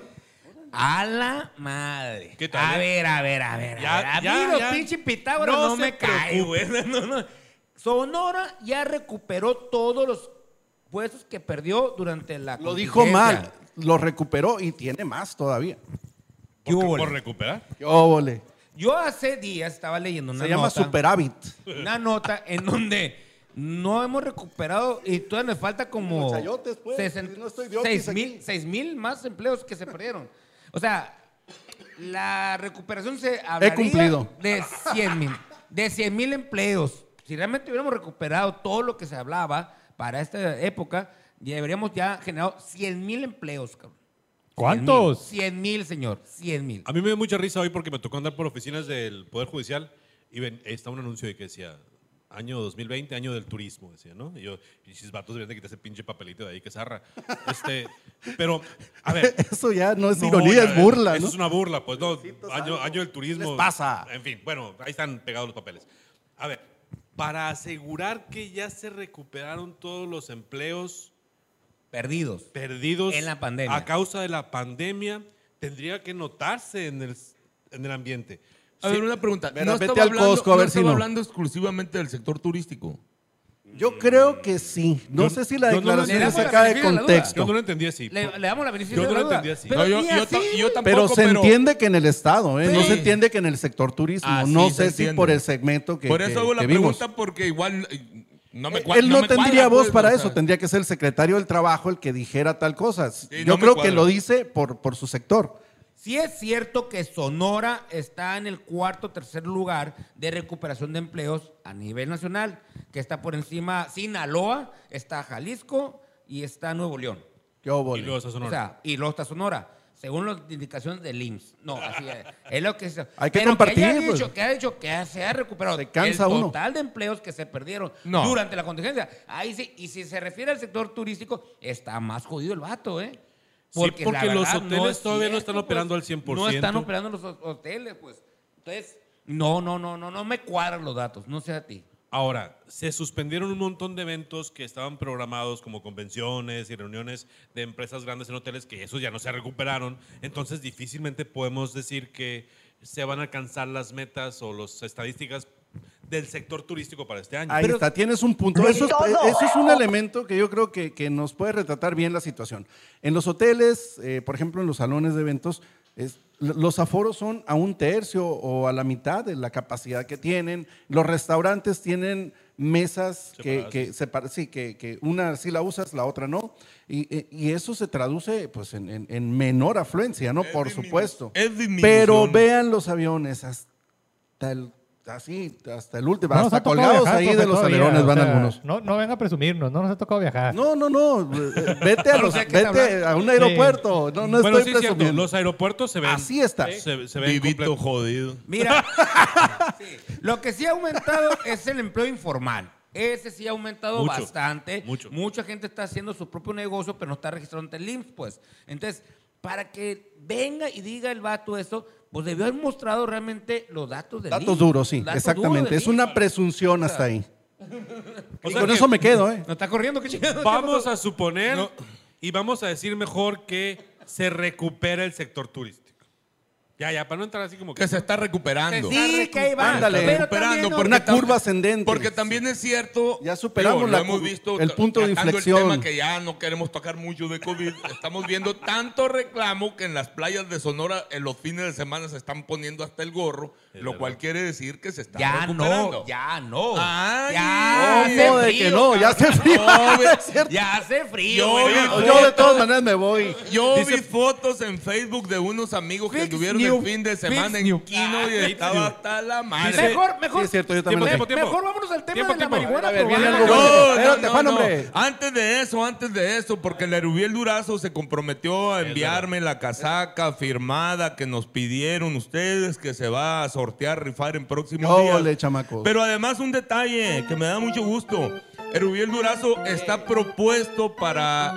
Speaker 11: A la madre.
Speaker 4: ¿Qué tal,
Speaker 11: A
Speaker 4: eh?
Speaker 11: ver, a ver, a ver.
Speaker 4: Ya,
Speaker 11: a ver. A mí
Speaker 4: ya,
Speaker 11: los
Speaker 4: ya.
Speaker 11: pinche Pitágoras
Speaker 4: No
Speaker 11: no,
Speaker 4: se
Speaker 11: me cae, güey. No, no. Sonora ya recuperó todos los puestos que perdió durante la
Speaker 10: Lo dijo
Speaker 11: contingencia.
Speaker 10: mal, lo recuperó y tiene más todavía.
Speaker 11: ¿Qué hubo,
Speaker 4: Por, por
Speaker 11: le?
Speaker 4: recuperar.
Speaker 10: ¡Qué óvole!
Speaker 11: Yo hace días estaba leyendo una
Speaker 10: Se llama
Speaker 11: nota.
Speaker 10: superávit.
Speaker 11: una nota en donde no hemos recuperado y todavía nos falta como
Speaker 10: Los chayotes, pues,
Speaker 11: sesen-
Speaker 10: no estoy de oquis
Speaker 11: seis
Speaker 10: aquí.
Speaker 11: mil, seis mil más empleos que se perdieron. O sea, la recuperación se hablaría
Speaker 10: cumplido.
Speaker 11: de 100 mil, de 100 mil empleos. Si realmente hubiéramos recuperado todo lo que se hablaba para esta época, ya deberíamos ya generado 100 mil empleos. cabrón. 100,000.
Speaker 13: ¿Cuántos?
Speaker 11: 100 mil, señor. 100 mil.
Speaker 4: A mí me dio mucha risa hoy porque me tocó andar por oficinas del Poder Judicial y ven, estaba un anuncio de que decía año 2020, año del turismo, decía, ¿no? Y yo, y si vatos deberían de quitar ese pinche papelito de ahí que zarra. Este, pero, a ver.
Speaker 10: Eso ya no es
Speaker 4: No,
Speaker 10: ironía,
Speaker 4: ya,
Speaker 10: es burla,
Speaker 4: eso
Speaker 10: ¿no?
Speaker 4: es una burla, pues no. Año, año del turismo.
Speaker 10: Les pasa.
Speaker 4: En fin, bueno, ahí están pegados los papeles. A ver, para asegurar que ya se recuperaron todos los empleos
Speaker 11: Perdidos.
Speaker 4: perdidos
Speaker 11: En la pandemia.
Speaker 4: a causa de la pandemia tendría que notarse en el, en el ambiente.
Speaker 7: A
Speaker 4: Sí,
Speaker 7: ver, una pregunta.
Speaker 10: Mira,
Speaker 7: no
Speaker 10: vete
Speaker 7: estaba,
Speaker 10: al
Speaker 7: hablando,
Speaker 10: Costco a
Speaker 7: no
Speaker 10: ver si
Speaker 7: estaba
Speaker 10: no.
Speaker 7: hablando exclusivamente del sector turístico.
Speaker 10: Yo creo que sí. No
Speaker 4: Yo-
Speaker 10: sé si la
Speaker 4: yo no lo
Speaker 10: declaración
Speaker 11: entiendo.
Speaker 10: se saca de
Speaker 11: Yo no lo entiendo.
Speaker 4: Yo no
Speaker 10: contexto.
Speaker 4: lo entendí así.
Speaker 11: Le, le damos la
Speaker 4: Yo
Speaker 11: beneficio de
Speaker 4: no
Speaker 11: la
Speaker 4: lo
Speaker 11: duda.
Speaker 4: entendí así.
Speaker 11: Pero
Speaker 7: No, yo,
Speaker 11: ni
Speaker 7: yo
Speaker 11: así.
Speaker 7: ta- yo tampoco,
Speaker 10: Pero se
Speaker 7: pero-
Speaker 10: entiende que en el Estado, ¿eh? No
Speaker 7: Sí.
Speaker 10: se entiende que en el sector turismo.
Speaker 7: Así
Speaker 10: no
Speaker 7: se
Speaker 10: sé si
Speaker 7: entiende.
Speaker 10: por el segmento que.
Speaker 7: Por eso
Speaker 10: que-
Speaker 7: hago la
Speaker 10: que vimos.
Speaker 7: pregunta, porque igual eh, no me cua-
Speaker 10: Él no,
Speaker 7: me
Speaker 10: tendría
Speaker 7: cuadra,
Speaker 10: voz
Speaker 7: pues,
Speaker 10: para
Speaker 7: o
Speaker 10: eso,
Speaker 7: sea.
Speaker 10: tendría que ser el secretario del trabajo el que dijera tal cosa. Yo
Speaker 7: no me
Speaker 10: creo que
Speaker 7: cuadra.
Speaker 10: lo dice por, por su sector.
Speaker 11: Sí es cierto que Sonora está en el cuarto o tercer lugar de recuperación de empleos a nivel nacional, que está por encima Sinaloa, está Jalisco y está Nuevo León.
Speaker 10: Qué óvole.
Speaker 4: Y luego está Sonora.
Speaker 11: O sea, y luego está Sonora, según las indicaciones del IMSS. No, así es. Es lo que se-
Speaker 10: Hay que
Speaker 11: Pero
Speaker 10: compartir,
Speaker 11: Que haya
Speaker 10: pues.
Speaker 11: dicho, que haya dicho que se ha recuperado
Speaker 10: Se cansa
Speaker 11: el
Speaker 10: uno.
Speaker 11: total de empleos que se perdieron
Speaker 7: No.
Speaker 11: durante la contingencia. Ahí sí, y si se refiere al sector turístico, está más jodido el vato, ¿eh?
Speaker 4: Sí, porque los hoteles todavía no están operando al 100%.
Speaker 11: pues. No están operando los ho- hoteles, pues. Entonces, no, no, no, no, no me cuadran los datos, no sé a ti.
Speaker 4: Ahora, se suspendieron un montón de eventos que estaban programados como convenciones y reuniones de empresas grandes en hoteles que esos ya no se recuperaron. Entonces difícilmente podemos decir que se van a alcanzar las metas o las estadísticas del sector turístico para este año.
Speaker 10: Ahí está, tienes un punto. Eso es, eso es un elemento que yo creo que, que nos puede retratar bien la situación. En los hoteles, eh, por ejemplo, en los salones de eventos, es- l- los aforos son a un tercio o a la mitad de la capacidad que tienen. Los restaurantes tienen mesas que,
Speaker 4: Separadas.
Speaker 10: que, separ- sí, que, que una sí la usas, la otra no. Y, eh, y eso se traduce pues, en, en- en menor afluencia, ¿no? Por supuesto.
Speaker 7: es disminución.
Speaker 10: Pero vean los aviones hasta el, así, hasta el último,
Speaker 13: No nos
Speaker 10: hasta
Speaker 13: ha tocado
Speaker 10: colgados
Speaker 13: viajar,
Speaker 10: ahí
Speaker 13: profe,
Speaker 10: de los
Speaker 13: todavía,
Speaker 10: alerones
Speaker 13: o
Speaker 10: van
Speaker 13: sea,
Speaker 10: algunos.
Speaker 13: No, no venga a presumirnos, no nos ha tocado viajar.
Speaker 10: No, no, no. eh, Vete a,
Speaker 13: No
Speaker 10: los-
Speaker 13: sé de qué está
Speaker 10: vete
Speaker 13: hablando.
Speaker 10: a un
Speaker 13: Sí.
Speaker 10: aeropuerto. No, no
Speaker 4: bueno,
Speaker 10: estoy
Speaker 4: sí, es cierto,
Speaker 10: presumiendo.
Speaker 4: los aeropuertos se ven.
Speaker 10: Así está.
Speaker 4: Se, se ven
Speaker 7: Vivito
Speaker 4: completos.
Speaker 7: jodido.
Speaker 11: Mira, sí, lo que sí ha aumentado es el empleo informal. Ese sí ha aumentado
Speaker 7: Mucho,
Speaker 11: bastante. Mucha gente está haciendo su propio negocio, pero no está registrando ante el IMSS, pues. Entonces, para que venga y diga el vato eso, pues debió haber mostrado realmente los datos del
Speaker 10: Datos
Speaker 11: IMSS.
Speaker 10: duros, sí,
Speaker 11: Datos duros
Speaker 10: exactamente.
Speaker 11: del
Speaker 10: Es una
Speaker 11: IMSS.
Speaker 10: presunción hasta ahí.
Speaker 4: O
Speaker 10: Y
Speaker 4: sea
Speaker 10: con
Speaker 4: que-
Speaker 10: eso me quedo, ¿eh?
Speaker 11: No está corriendo, qué chingado.
Speaker 4: Vamos a suponer y vamos a decir mejor que se recupera el sector turístico. Ya, ya, para no entrar así como que.
Speaker 7: Que se está recuperando.
Speaker 4: Se está
Speaker 7: Sí,
Speaker 4: recuperando.
Speaker 7: que ahí va.
Speaker 10: Ándale.
Speaker 7: Pero también no-
Speaker 10: por una curva ascendente.
Speaker 7: Porque también es cierto. Ya
Speaker 10: superamos la
Speaker 7: hemos
Speaker 10: curva,
Speaker 7: visto
Speaker 10: el
Speaker 7: ta-
Speaker 10: punto de
Speaker 7: tratando El
Speaker 10: inflexión.
Speaker 7: tema que ya no queremos tocar mucho de COVID. Estamos viendo tanto reclamo que en las playas de Sonora en los fines de semana se están poniendo hasta el gorro, lo cual quiere decir que se está
Speaker 11: Ya
Speaker 7: recuperando.
Speaker 11: no, ya no.
Speaker 7: Ay,
Speaker 11: ya
Speaker 7: no,
Speaker 11: hace
Speaker 7: no, de
Speaker 11: frío,
Speaker 7: que no, ya
Speaker 11: cabrón.
Speaker 7: hace frío,
Speaker 11: No, güey,
Speaker 7: es cierto.
Speaker 11: ya hace frío.
Speaker 7: Yo
Speaker 11: güey.
Speaker 7: vi
Speaker 11: Oye,
Speaker 7: fotos.
Speaker 10: maneras me voy.
Speaker 7: Yo
Speaker 11: Dice-
Speaker 7: vi fotos en Facebook de unos amigos que estuvieron
Speaker 11: new,
Speaker 7: el fin de
Speaker 11: fix
Speaker 7: semana en
Speaker 11: new.
Speaker 7: Quino y
Speaker 11: Ah, fix
Speaker 7: estaba
Speaker 11: new.
Speaker 7: hasta la madre.
Speaker 11: Mejor, mejor.
Speaker 10: Sí, es cierto, yo también
Speaker 11: Me-
Speaker 10: lo
Speaker 11: mejor,
Speaker 10: tengo.
Speaker 11: vámonos al tema
Speaker 10: Tiempo,
Speaker 11: de la
Speaker 10: tiempo.
Speaker 11: marihuana.
Speaker 10: A ver, viene
Speaker 11: probable.
Speaker 10: algo bueno.
Speaker 7: No,
Speaker 10: Espérate,
Speaker 7: no,
Speaker 10: Juan,
Speaker 7: no.
Speaker 10: hombre.
Speaker 7: Antes de eso, antes de eso, porque el Erubiel Durazo se comprometió a enviarme la casaca firmada que nos pidieron ustedes, que se va a sortear, rifar en próximos días.
Speaker 10: Ole, chamaco.
Speaker 7: Pero además un detalle que me da mucho gusto. Erubiel Durazo está propuesto para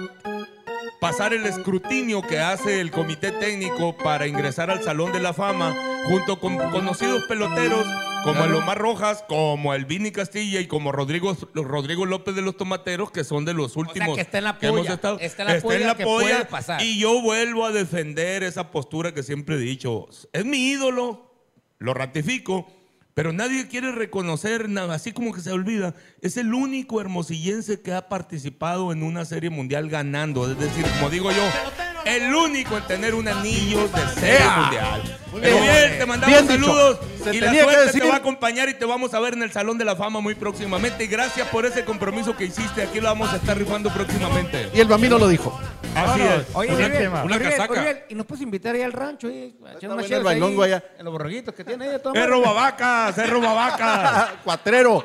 Speaker 7: pasar el escrutinio que hace el comité técnico para ingresar al Salón de la Fama junto con conocidos peloteros como el Omar Rojas, como el Vini Castilla y como Rodrigo, Rodrigo López de los Tomateros, que son de los últimos
Speaker 11: que está en la
Speaker 7: hemos
Speaker 11: polla,
Speaker 7: estado.
Speaker 11: está en la polla que puede pasar.
Speaker 7: Y yo vuelvo a defender esa postura que siempre he dicho. Es mi ídolo, lo ratifico, pero nadie quiere reconocer, na- así como que se olvida, es el único hermosillense que ha participado en una serie mundial ganando. Es decir, como digo yo, el único en tener un anillo de serie
Speaker 10: ¡Ea!
Speaker 7: mundial.
Speaker 10: Muy
Speaker 7: Pero
Speaker 10: bien.
Speaker 7: bien, te mandamos
Speaker 10: Bien dicho.
Speaker 7: saludos
Speaker 10: Se
Speaker 7: y la
Speaker 10: tenía que
Speaker 7: suerte te
Speaker 10: decir.
Speaker 7: va a acompañar y te vamos a ver en el Salón de la Fama muy próximamente. Y gracias por ese compromiso que hiciste. Aquí lo vamos a estar rifando próximamente.
Speaker 10: Y el bambino lo dijo.
Speaker 7: Así es.
Speaker 11: Oye,
Speaker 7: una,
Speaker 11: Uriel,
Speaker 7: una
Speaker 11: Uriel,
Speaker 7: casaca.
Speaker 11: Uriel, y nos puedes invitar ahí al rancho, eh, a echar
Speaker 10: bueno
Speaker 11: unas
Speaker 10: el
Speaker 11: chelas
Speaker 10: bailongo
Speaker 11: ahí,
Speaker 10: allá.
Speaker 11: En los borreguitos que tiene ahí. a toda
Speaker 7: Es
Speaker 11: madre.
Speaker 7: robavacas, es robavacas.
Speaker 10: Cuatrero.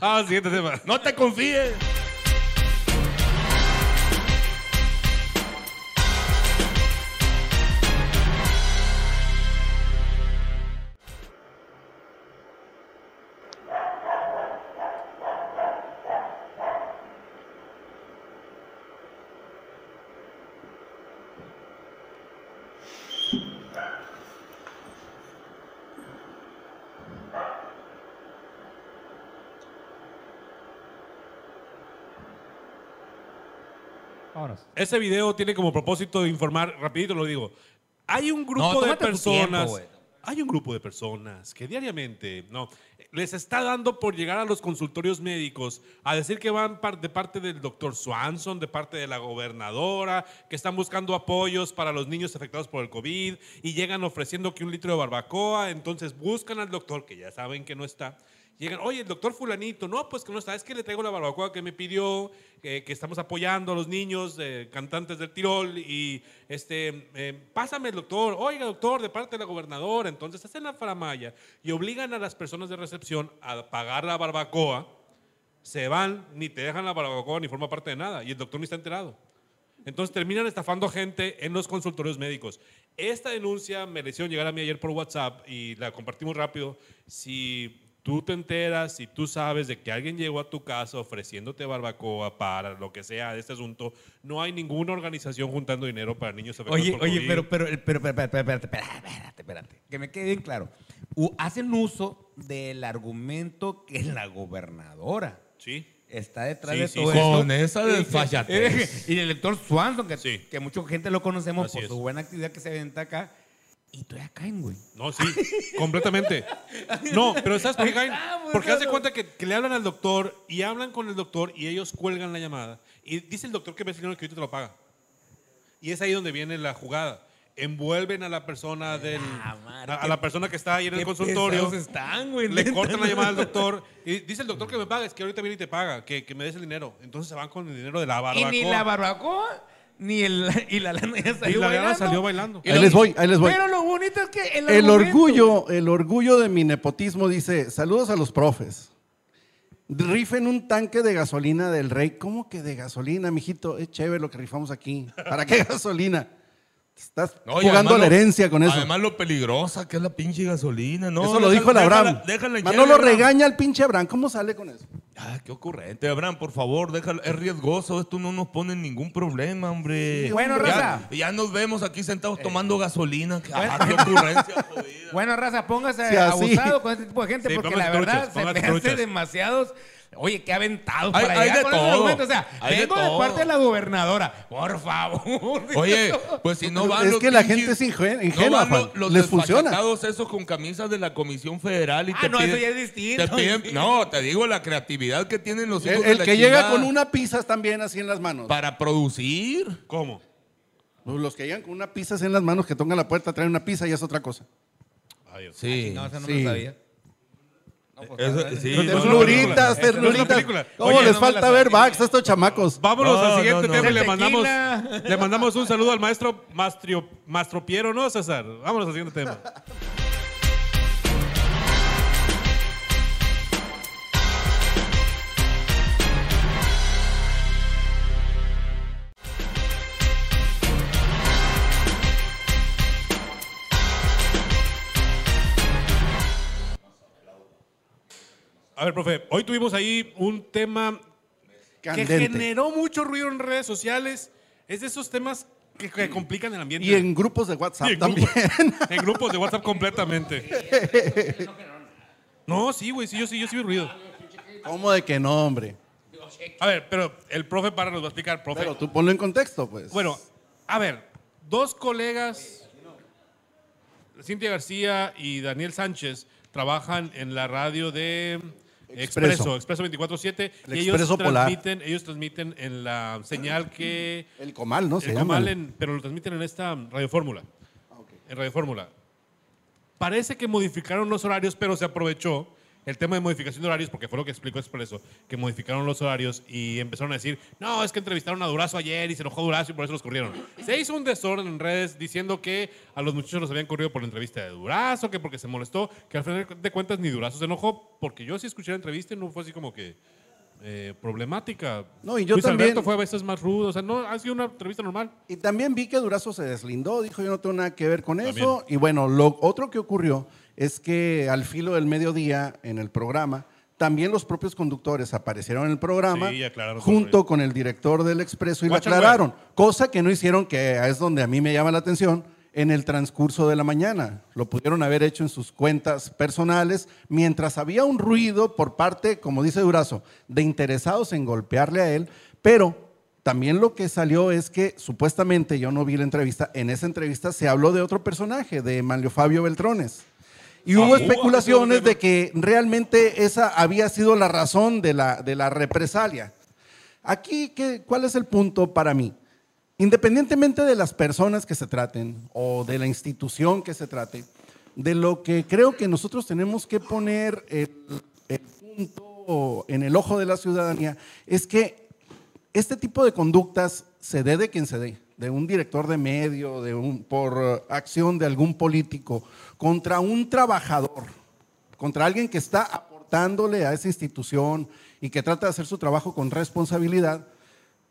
Speaker 4: Ah, siguiente tema.
Speaker 7: No te confíes.
Speaker 13: Vámonos.
Speaker 4: Ese video tiene como propósito de informar, rapidito lo digo. Hay un
Speaker 11: No,
Speaker 4: grupo de
Speaker 11: tómate tu tiempo,
Speaker 4: personas.
Speaker 11: güey.
Speaker 4: hay un grupo de personas que diariamente, no, les está dando por llegar a los consultorios médicos a decir que van par- de parte del doctor Swanson, de parte de la gobernadora, que están buscando apoyos para los niños afectados por el COVID y llegan ofreciendo que un litro de barbacoa, entonces buscan al doctor, que ya saben que no está, Llegan, oye, el doctor fulanito, no, pues que no está, es que le traigo la barbacoa que me pidió, eh, que estamos apoyando a los niños eh, cantantes del Tirol y, este, eh, pásame el doctor, oiga doctor, de parte de la gobernadora, entonces hacen la faramaya y obligan a las personas de recepción a pagar la barbacoa, se van, ni te dejan la barbacoa, ni forma parte de nada, y el doctor ni está enterado. Entonces terminan estafando gente en los consultorios médicos. Esta denuncia me la hicieron llegar a mí ayer por WhatsApp y la compartimos rápido. Si tú te enteras, si tú sabes de que alguien llegó a tu casa ofreciéndote barbacoa para lo que sea de este asunto, no hay ninguna organización juntando dinero para niños afectados
Speaker 11: Oye,
Speaker 4: por
Speaker 11: oye,
Speaker 4: COVID.
Speaker 11: pero, pero, pero, pero, pero, pero, espérate, espérate, espérate, espérate, espérate. Que me quede bien claro.
Speaker 7: u- hacen uso del argumento que la gobernadora está detrás
Speaker 5: Sí,
Speaker 7: de
Speaker 5: sí,
Speaker 7: todo
Speaker 5: sí.
Speaker 7: esto.
Speaker 5: Con esa
Speaker 7: Y que-
Speaker 5: desfachatez.
Speaker 7: Y el elector Swanson, que, que mucha gente lo conocemos por su buena actividad que se venta acá. Y todavía caen, güey.
Speaker 11: No, sí, completamente. No, pero ¿sabes por qué caen?
Speaker 7: Estamos,
Speaker 11: Porque haz de
Speaker 7: claro.
Speaker 11: cuenta que, que le hablan al doctor y hablan con el doctor y ellos cuelgan la llamada. Y dice el doctor que ves el dinero que ahorita te lo paga. Y es ahí donde viene la jugada. Envuelven a la
Speaker 7: Ah,
Speaker 11: persona del. a, a la persona que está ahí en el
Speaker 5: qué
Speaker 11: consultorio.
Speaker 5: pesados están, güey,
Speaker 11: Le
Speaker 5: neta.
Speaker 11: cortan la llamada al doctor. Y dice el doctor que me pagues, que ahorita viene y te paga, que, que me des el dinero. Entonces se van con el dinero de la
Speaker 7: Y
Speaker 11: barbacoa.
Speaker 7: ni la barbacoa, ni el, y la lana ya salió
Speaker 11: la lana
Speaker 7: bailando.
Speaker 11: salió bailando.
Speaker 10: Ahí les voy, ahí les voy.
Speaker 7: Pero lo bonito es que el,
Speaker 10: El
Speaker 7: argumento-
Speaker 10: orgullo, el orgullo de mi nepotismo dice, saludos a los profes. Rifen un tanque de gasolina del rey. ¿Cómo que de gasolina, mijito? Es chévere lo que rifamos aquí. ¿Para qué gasolina? Estás
Speaker 5: No, y
Speaker 10: jugando a
Speaker 5: además
Speaker 10: la
Speaker 5: lo-
Speaker 10: herencia con eso.
Speaker 5: Además, lo peligrosa que es la pinche gasolina, ¿no?
Speaker 10: eso lo
Speaker 5: Déjala-
Speaker 10: dijo el Abraham.
Speaker 5: déjala- déjala en
Speaker 10: Manolo
Speaker 5: Abraham.
Speaker 10: regaña al pinche Abraham. ¿Cómo sale con eso?
Speaker 5: Ah, qué ocurrente, Abraham, por favor, déjalo. Es riesgoso, esto no nos pone en ningún problema, hombre.
Speaker 7: Sí, bueno,
Speaker 5: Ya-
Speaker 7: raza. Eh.
Speaker 5: Ya, nos vemos aquí sentados tomando gasolina. Ah, qué ocurrencia.
Speaker 7: Bueno, raza, póngase
Speaker 5: Sí, así.
Speaker 7: abusado con este tipo de gente
Speaker 5: Sí,
Speaker 7: porque la
Speaker 5: póngase
Speaker 7: verdad
Speaker 5: truchas,
Speaker 7: se
Speaker 5: póngase
Speaker 7: me hace
Speaker 5: truchas.
Speaker 7: demasiados. Oye, qué aventados
Speaker 5: Hay-
Speaker 7: para
Speaker 5: hay
Speaker 7: llegar
Speaker 5: de
Speaker 7: con esos
Speaker 5: todo.
Speaker 7: argumentos. O sea,
Speaker 5: Hay de
Speaker 7: vengo de,
Speaker 5: todo.
Speaker 7: parte de la gobernadora. Por favor.
Speaker 5: Oye, pues si no van
Speaker 10: es
Speaker 5: los
Speaker 10: que la
Speaker 5: pinches-
Speaker 10: gente es ingenua,
Speaker 5: no
Speaker 10: ingenua,
Speaker 5: van
Speaker 10: Juan.
Speaker 5: los, los
Speaker 10: les funciona.
Speaker 5: desfachatados esos con camisas de la Comisión Federal y
Speaker 7: Ah,
Speaker 5: te
Speaker 7: no,
Speaker 5: piden,
Speaker 7: eso ya es
Speaker 11: Este,
Speaker 7: distinto.
Speaker 5: te piden- no, te digo la creatividad que tienen los hijos
Speaker 10: El,
Speaker 5: de
Speaker 10: el
Speaker 5: la
Speaker 10: que llega
Speaker 5: chingada
Speaker 10: con una pizza también así en las manos.
Speaker 5: para producir.
Speaker 11: ¿Cómo?
Speaker 10: Los que llegan con una pizza así en las manos, que tocan la puerta, traen una pizza y es otra cosa.
Speaker 5: Sí.
Speaker 7: Ah, No, eso no
Speaker 10: Sí.
Speaker 7: lo sabía. pues,
Speaker 5: Eso- sí, no, no,
Speaker 10: Ternuritas,
Speaker 5: no, no, no.
Speaker 10: ternuritas. ¿Cómo les falta ver Vax a estos chamacos?
Speaker 11: Vámonos al siguiente tema y
Speaker 10: El
Speaker 11: le mandamos,
Speaker 10: tequila.
Speaker 11: le mandamos un saludo al maestro Mastrio, Mastropiero, ¿no, César? Vámonos al siguiente tema. A ver, profe, hoy tuvimos ahí un tema que
Speaker 10: Candente.
Speaker 11: generó mucho ruido en redes sociales. Es de esos temas que, que complican el ambiente.
Speaker 10: Y en grupos de WhatsApp
Speaker 11: Y en
Speaker 10: también.
Speaker 11: grupos- en grupos de WhatsApp completamente. No, sí, güey, sí, yo sí, yo sí vi ruido.
Speaker 10: ¿Cómo de que no, hombre?
Speaker 11: A ver, pero el profe para nos va a explicar, profe.
Speaker 10: Pero tú ponlo en contexto, pues.
Speaker 11: Bueno, a ver, dos colegas, Cintia García y Daniel Sánchez, trabajan en la radio de Expreso,
Speaker 10: Expreso.
Speaker 11: Expreso 24-7.
Speaker 10: El
Speaker 11: y ellos
Speaker 10: Expreso Polar.
Speaker 11: transmiten, ellos transmiten en la señal que.
Speaker 10: El Comal, ¿no? Se
Speaker 11: el
Speaker 10: llama.
Speaker 11: Comal, en- pero lo transmiten en esta Radio Fórmula. En Radio Fórmula. Parece que modificaron los horarios, pero se aprovechó el tema de modificación de horarios, porque fue lo que explicó Expreso, que modificaron los horarios y empezaron a decir, no, es que entrevistaron a Durazo ayer y se enojó Durazo y por eso los corrieron. Se hizo un desorden en redes diciendo que a los muchachos los habían corrido por la entrevista de Durazo, que porque se molestó, que al final de cuentas ni Durazo se enojó, porque yo sí escuché la entrevista y no fue así como que eh, problemática.
Speaker 10: No, y yo
Speaker 11: Luis
Speaker 10: también-
Speaker 11: Alberto fue a veces más rudo, o sea, no, ha sido una entrevista normal.
Speaker 10: Y también vi que Durazo se deslindó, dijo yo no tengo nada que ver con eso.
Speaker 11: También.
Speaker 10: Y bueno, lo otro que ocurrió es que al filo del mediodía en el programa, también los propios conductores aparecieron en el programa
Speaker 11: Sí, y aclararon sobre
Speaker 10: junto con el director del Expreso y lo
Speaker 11: Guachan, güey.
Speaker 10: aclararon, cosa que no hicieron, que es donde a mí me llama la atención, en el transcurso de la mañana. Lo pudieron haber hecho en sus cuentas personales, mientras había un ruido por parte, como dice Durazo, de interesados en golpearle a él, pero también lo que salió es que supuestamente, yo no vi la entrevista, en esa entrevista se habló de otro personaje, de Manlio Fabio Beltrones. Y hubo especulaciones de que realmente esa había sido la razón de la, de la represalia. Aquí, ¿qué, ¿cuál es el punto para mí? Independientemente de las personas que se traten o de la institución que se trate, de lo que creo que nosotros tenemos que poner el, el punto en el ojo de la ciudadanía es que este tipo de conductas se dé de quien se dé, de un director de medio, de un, por eh, acción de algún político, contra un trabajador, contra alguien que está aportándole a esa institución y que trata de hacer su trabajo con responsabilidad,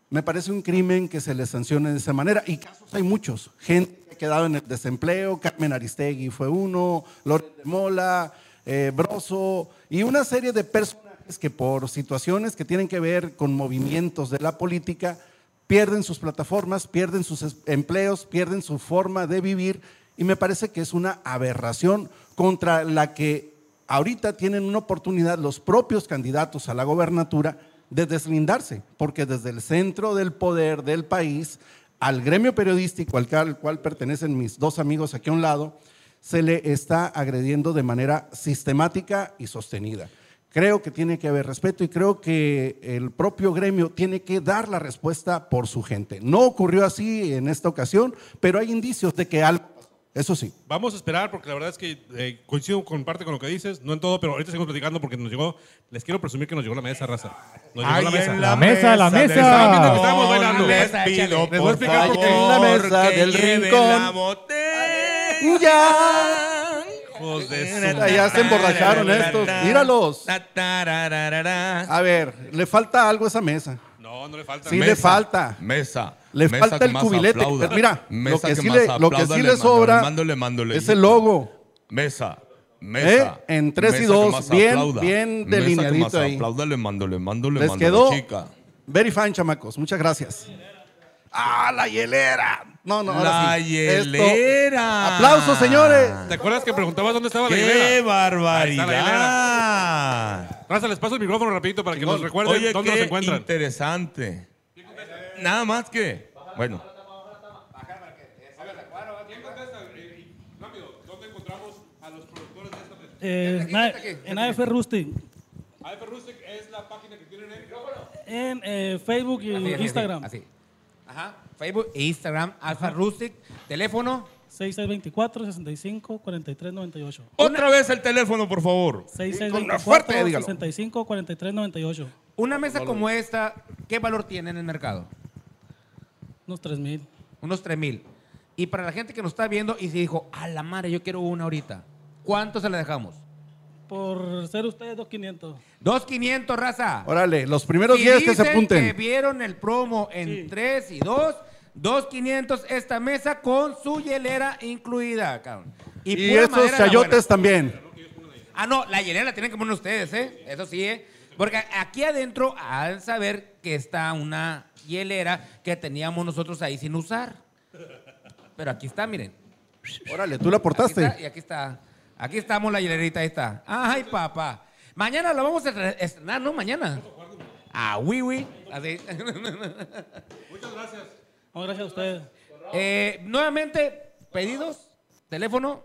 Speaker 10: me parece un crimen que se les sancione de esa manera. Y casos hay muchos. Gente que ha quedado en el desempleo, Carmen Aristegui fue uno, Loren de Mola, eh, Broso, y una serie de personajes que por situaciones que tienen que ver con movimientos de la política, pierden sus plataformas, pierden sus es- empleos, pierden su forma de vivir y me parece que es una aberración contra la que ahorita tienen una oportunidad los propios candidatos a la gobernatura de deslindarse, porque desde el centro del poder del país, al gremio periodístico al cual, al cual pertenecen mis dos amigos aquí a un lado, se le está agrediendo de manera sistemática y sostenida. Creo que tiene que haber respeto y creo que el propio gremio tiene que dar la respuesta por su gente. No ocurrió así en esta ocasión, pero hay indicios de que algo pasó. Eso sí.
Speaker 11: Vamos a esperar porque la verdad es que eh, coincido con parte con lo que dices, no en todo, pero ahorita seguimos platicando porque nos llegó, les quiero presumir que nos llegó la mesa raza. Nos llegó
Speaker 1: Ay,
Speaker 11: la mesa.
Speaker 1: en la La mesa, la mesa, mesa.
Speaker 11: Estaban viendo que estábamos
Speaker 1: No,
Speaker 11: bailando.
Speaker 1: les
Speaker 11: Les
Speaker 1: pido,
Speaker 11: voy a
Speaker 1: por
Speaker 11: explicar por qué.
Speaker 1: favor, En la mesa que del lleven rincón. la
Speaker 10: Ya.
Speaker 11: Hijos de su-
Speaker 10: Ya se emborracharon estos. Míralos. A ver, le falta algo a esa mesa.
Speaker 11: No, no le falta.
Speaker 10: Sí le falta.
Speaker 1: Mesa.
Speaker 10: Le
Speaker 1: Mesa
Speaker 10: falta
Speaker 1: que
Speaker 10: el
Speaker 1: más
Speaker 10: cubilete.
Speaker 1: aplauda.
Speaker 10: Pero mira,
Speaker 1: Mesa
Speaker 10: lo que, sí
Speaker 1: más
Speaker 10: le, lo que
Speaker 1: aplauda,
Speaker 10: sí
Speaker 1: le
Speaker 10: le
Speaker 1: mando,
Speaker 10: sobra
Speaker 1: le mando, le mando, le
Speaker 10: es
Speaker 1: grito.
Speaker 10: el logo.
Speaker 1: Mesa. Mesa.
Speaker 10: ¿Eh? En tres y
Speaker 1: Mesa que
Speaker 10: dos,
Speaker 1: más
Speaker 10: bien-
Speaker 1: aplauda.
Speaker 10: bien
Speaker 1: Mesa que
Speaker 10: delineadito
Speaker 1: más
Speaker 10: ahí.
Speaker 1: Aplauda, le mando, le mando, le
Speaker 10: Les
Speaker 1: mando.
Speaker 10: quedó
Speaker 1: Chica.
Speaker 10: very fine, chamacos. Muchas gracias. ¡Ah, la hielera! No, no, ahora
Speaker 1: La
Speaker 10: sí. Esto-
Speaker 1: hielera.
Speaker 10: ¡Aplausos, señores!
Speaker 11: ¿Te acuerdas que preguntabas dónde estaba la
Speaker 1: ¡Qué
Speaker 11: hilera?
Speaker 1: barbaridad!
Speaker 11: Ahí está la hilera. Raza, les paso el micrófono rapidito para que nos recuerden
Speaker 1: Oye,
Speaker 11: dónde
Speaker 1: qué
Speaker 11: nos encuentran.
Speaker 1: interesante. Nada más que. Bueno.
Speaker 3: Eh,
Speaker 11: Aquí,
Speaker 3: na-
Speaker 11: aquí, aquí.
Speaker 3: en AF Rustic,
Speaker 11: AF Rustic es la página que tienen en el micrófono.
Speaker 3: en eh, Facebook y
Speaker 5: Así, así, así,
Speaker 3: Instagram.
Speaker 5: así. Ajá. Facebook e Instagram, Alfa Rustic. Teléfono.
Speaker 3: 6624-654398.
Speaker 1: Otra vez el teléfono, por favor. fuerte, dígalo.
Speaker 3: 6624-654398.
Speaker 5: Una mesa como esta, ¿qué valor tiene en el mercado?
Speaker 3: Unos 3 mil.
Speaker 5: Unos 3 mil. Y para la gente que nos está viendo y se dijo, a la madre, yo quiero una ahorita. ¿Cuánto se la dejamos?
Speaker 3: Por ser ustedes 2,500.
Speaker 5: 2.500, raza.
Speaker 10: Órale, los primeros 10 que se
Speaker 5: dicen
Speaker 10: apunten.
Speaker 5: que vieron el promo en 3 y 2, 2.500 esta mesa con su hielera incluida, cabrón.
Speaker 10: Y,
Speaker 5: pura
Speaker 10: estos
Speaker 5: madera la buena.
Speaker 10: chayotes también.
Speaker 5: Ah, no, la hielera la tienen que poner ustedes, ¿eh? Eso sí, ¿eh? Porque aquí adentro al saber que está una hielera que teníamos nosotros ahí sin usar. Pero aquí está, miren.
Speaker 10: Órale, tú la
Speaker 5: Aquí
Speaker 10: aportaste.
Speaker 5: está, y aquí está. Aquí estamos la hielerita, ahí está. Ay, papá. Mañana la vamos a estre- estrenar, ¿no? Mañana. Ah, oui, oui. Así.
Speaker 11: Muchas gracias.
Speaker 3: gracias a ustedes.
Speaker 5: Eh, nuevamente, pedidos, teléfono.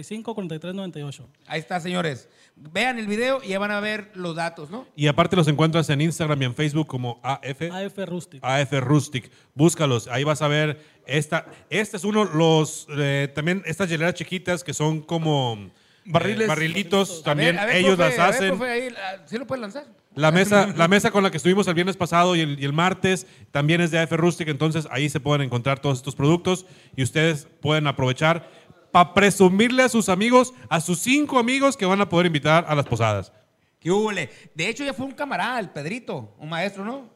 Speaker 3: 6624-654398.
Speaker 5: Ahí está, señores. Vean el video y ya van a ver los datos, ¿no?
Speaker 11: Y aparte los encuentras en Instagram y en Facebook como AF,
Speaker 3: AF Rustic.
Speaker 11: AF Rustic. Búscalos, ahí vas a ver esta. Este es uno, los eh, también estas hieleras chiquitas que son como eh,
Speaker 1: Barriles.
Speaker 11: barrilitos,
Speaker 1: A
Speaker 11: también
Speaker 5: A ver,
Speaker 11: ellos
Speaker 5: profe,
Speaker 11: las
Speaker 5: a ver,
Speaker 11: hacen.
Speaker 5: profe, ahí, ah, ¿Sí lo puedes lanzar?
Speaker 11: La mesa, la mesa con la que estuvimos el viernes pasado y el, y el martes también es de AF Rustic, entonces ahí se pueden encontrar todos estos productos y ustedes pueden aprovechar para presumirle a sus amigos, a sus cinco amigos que van a poder invitar a las posadas.
Speaker 5: ¿Qué hubole? De hecho, ya fue un camarada, el Pedrito, un maestro, ¿no?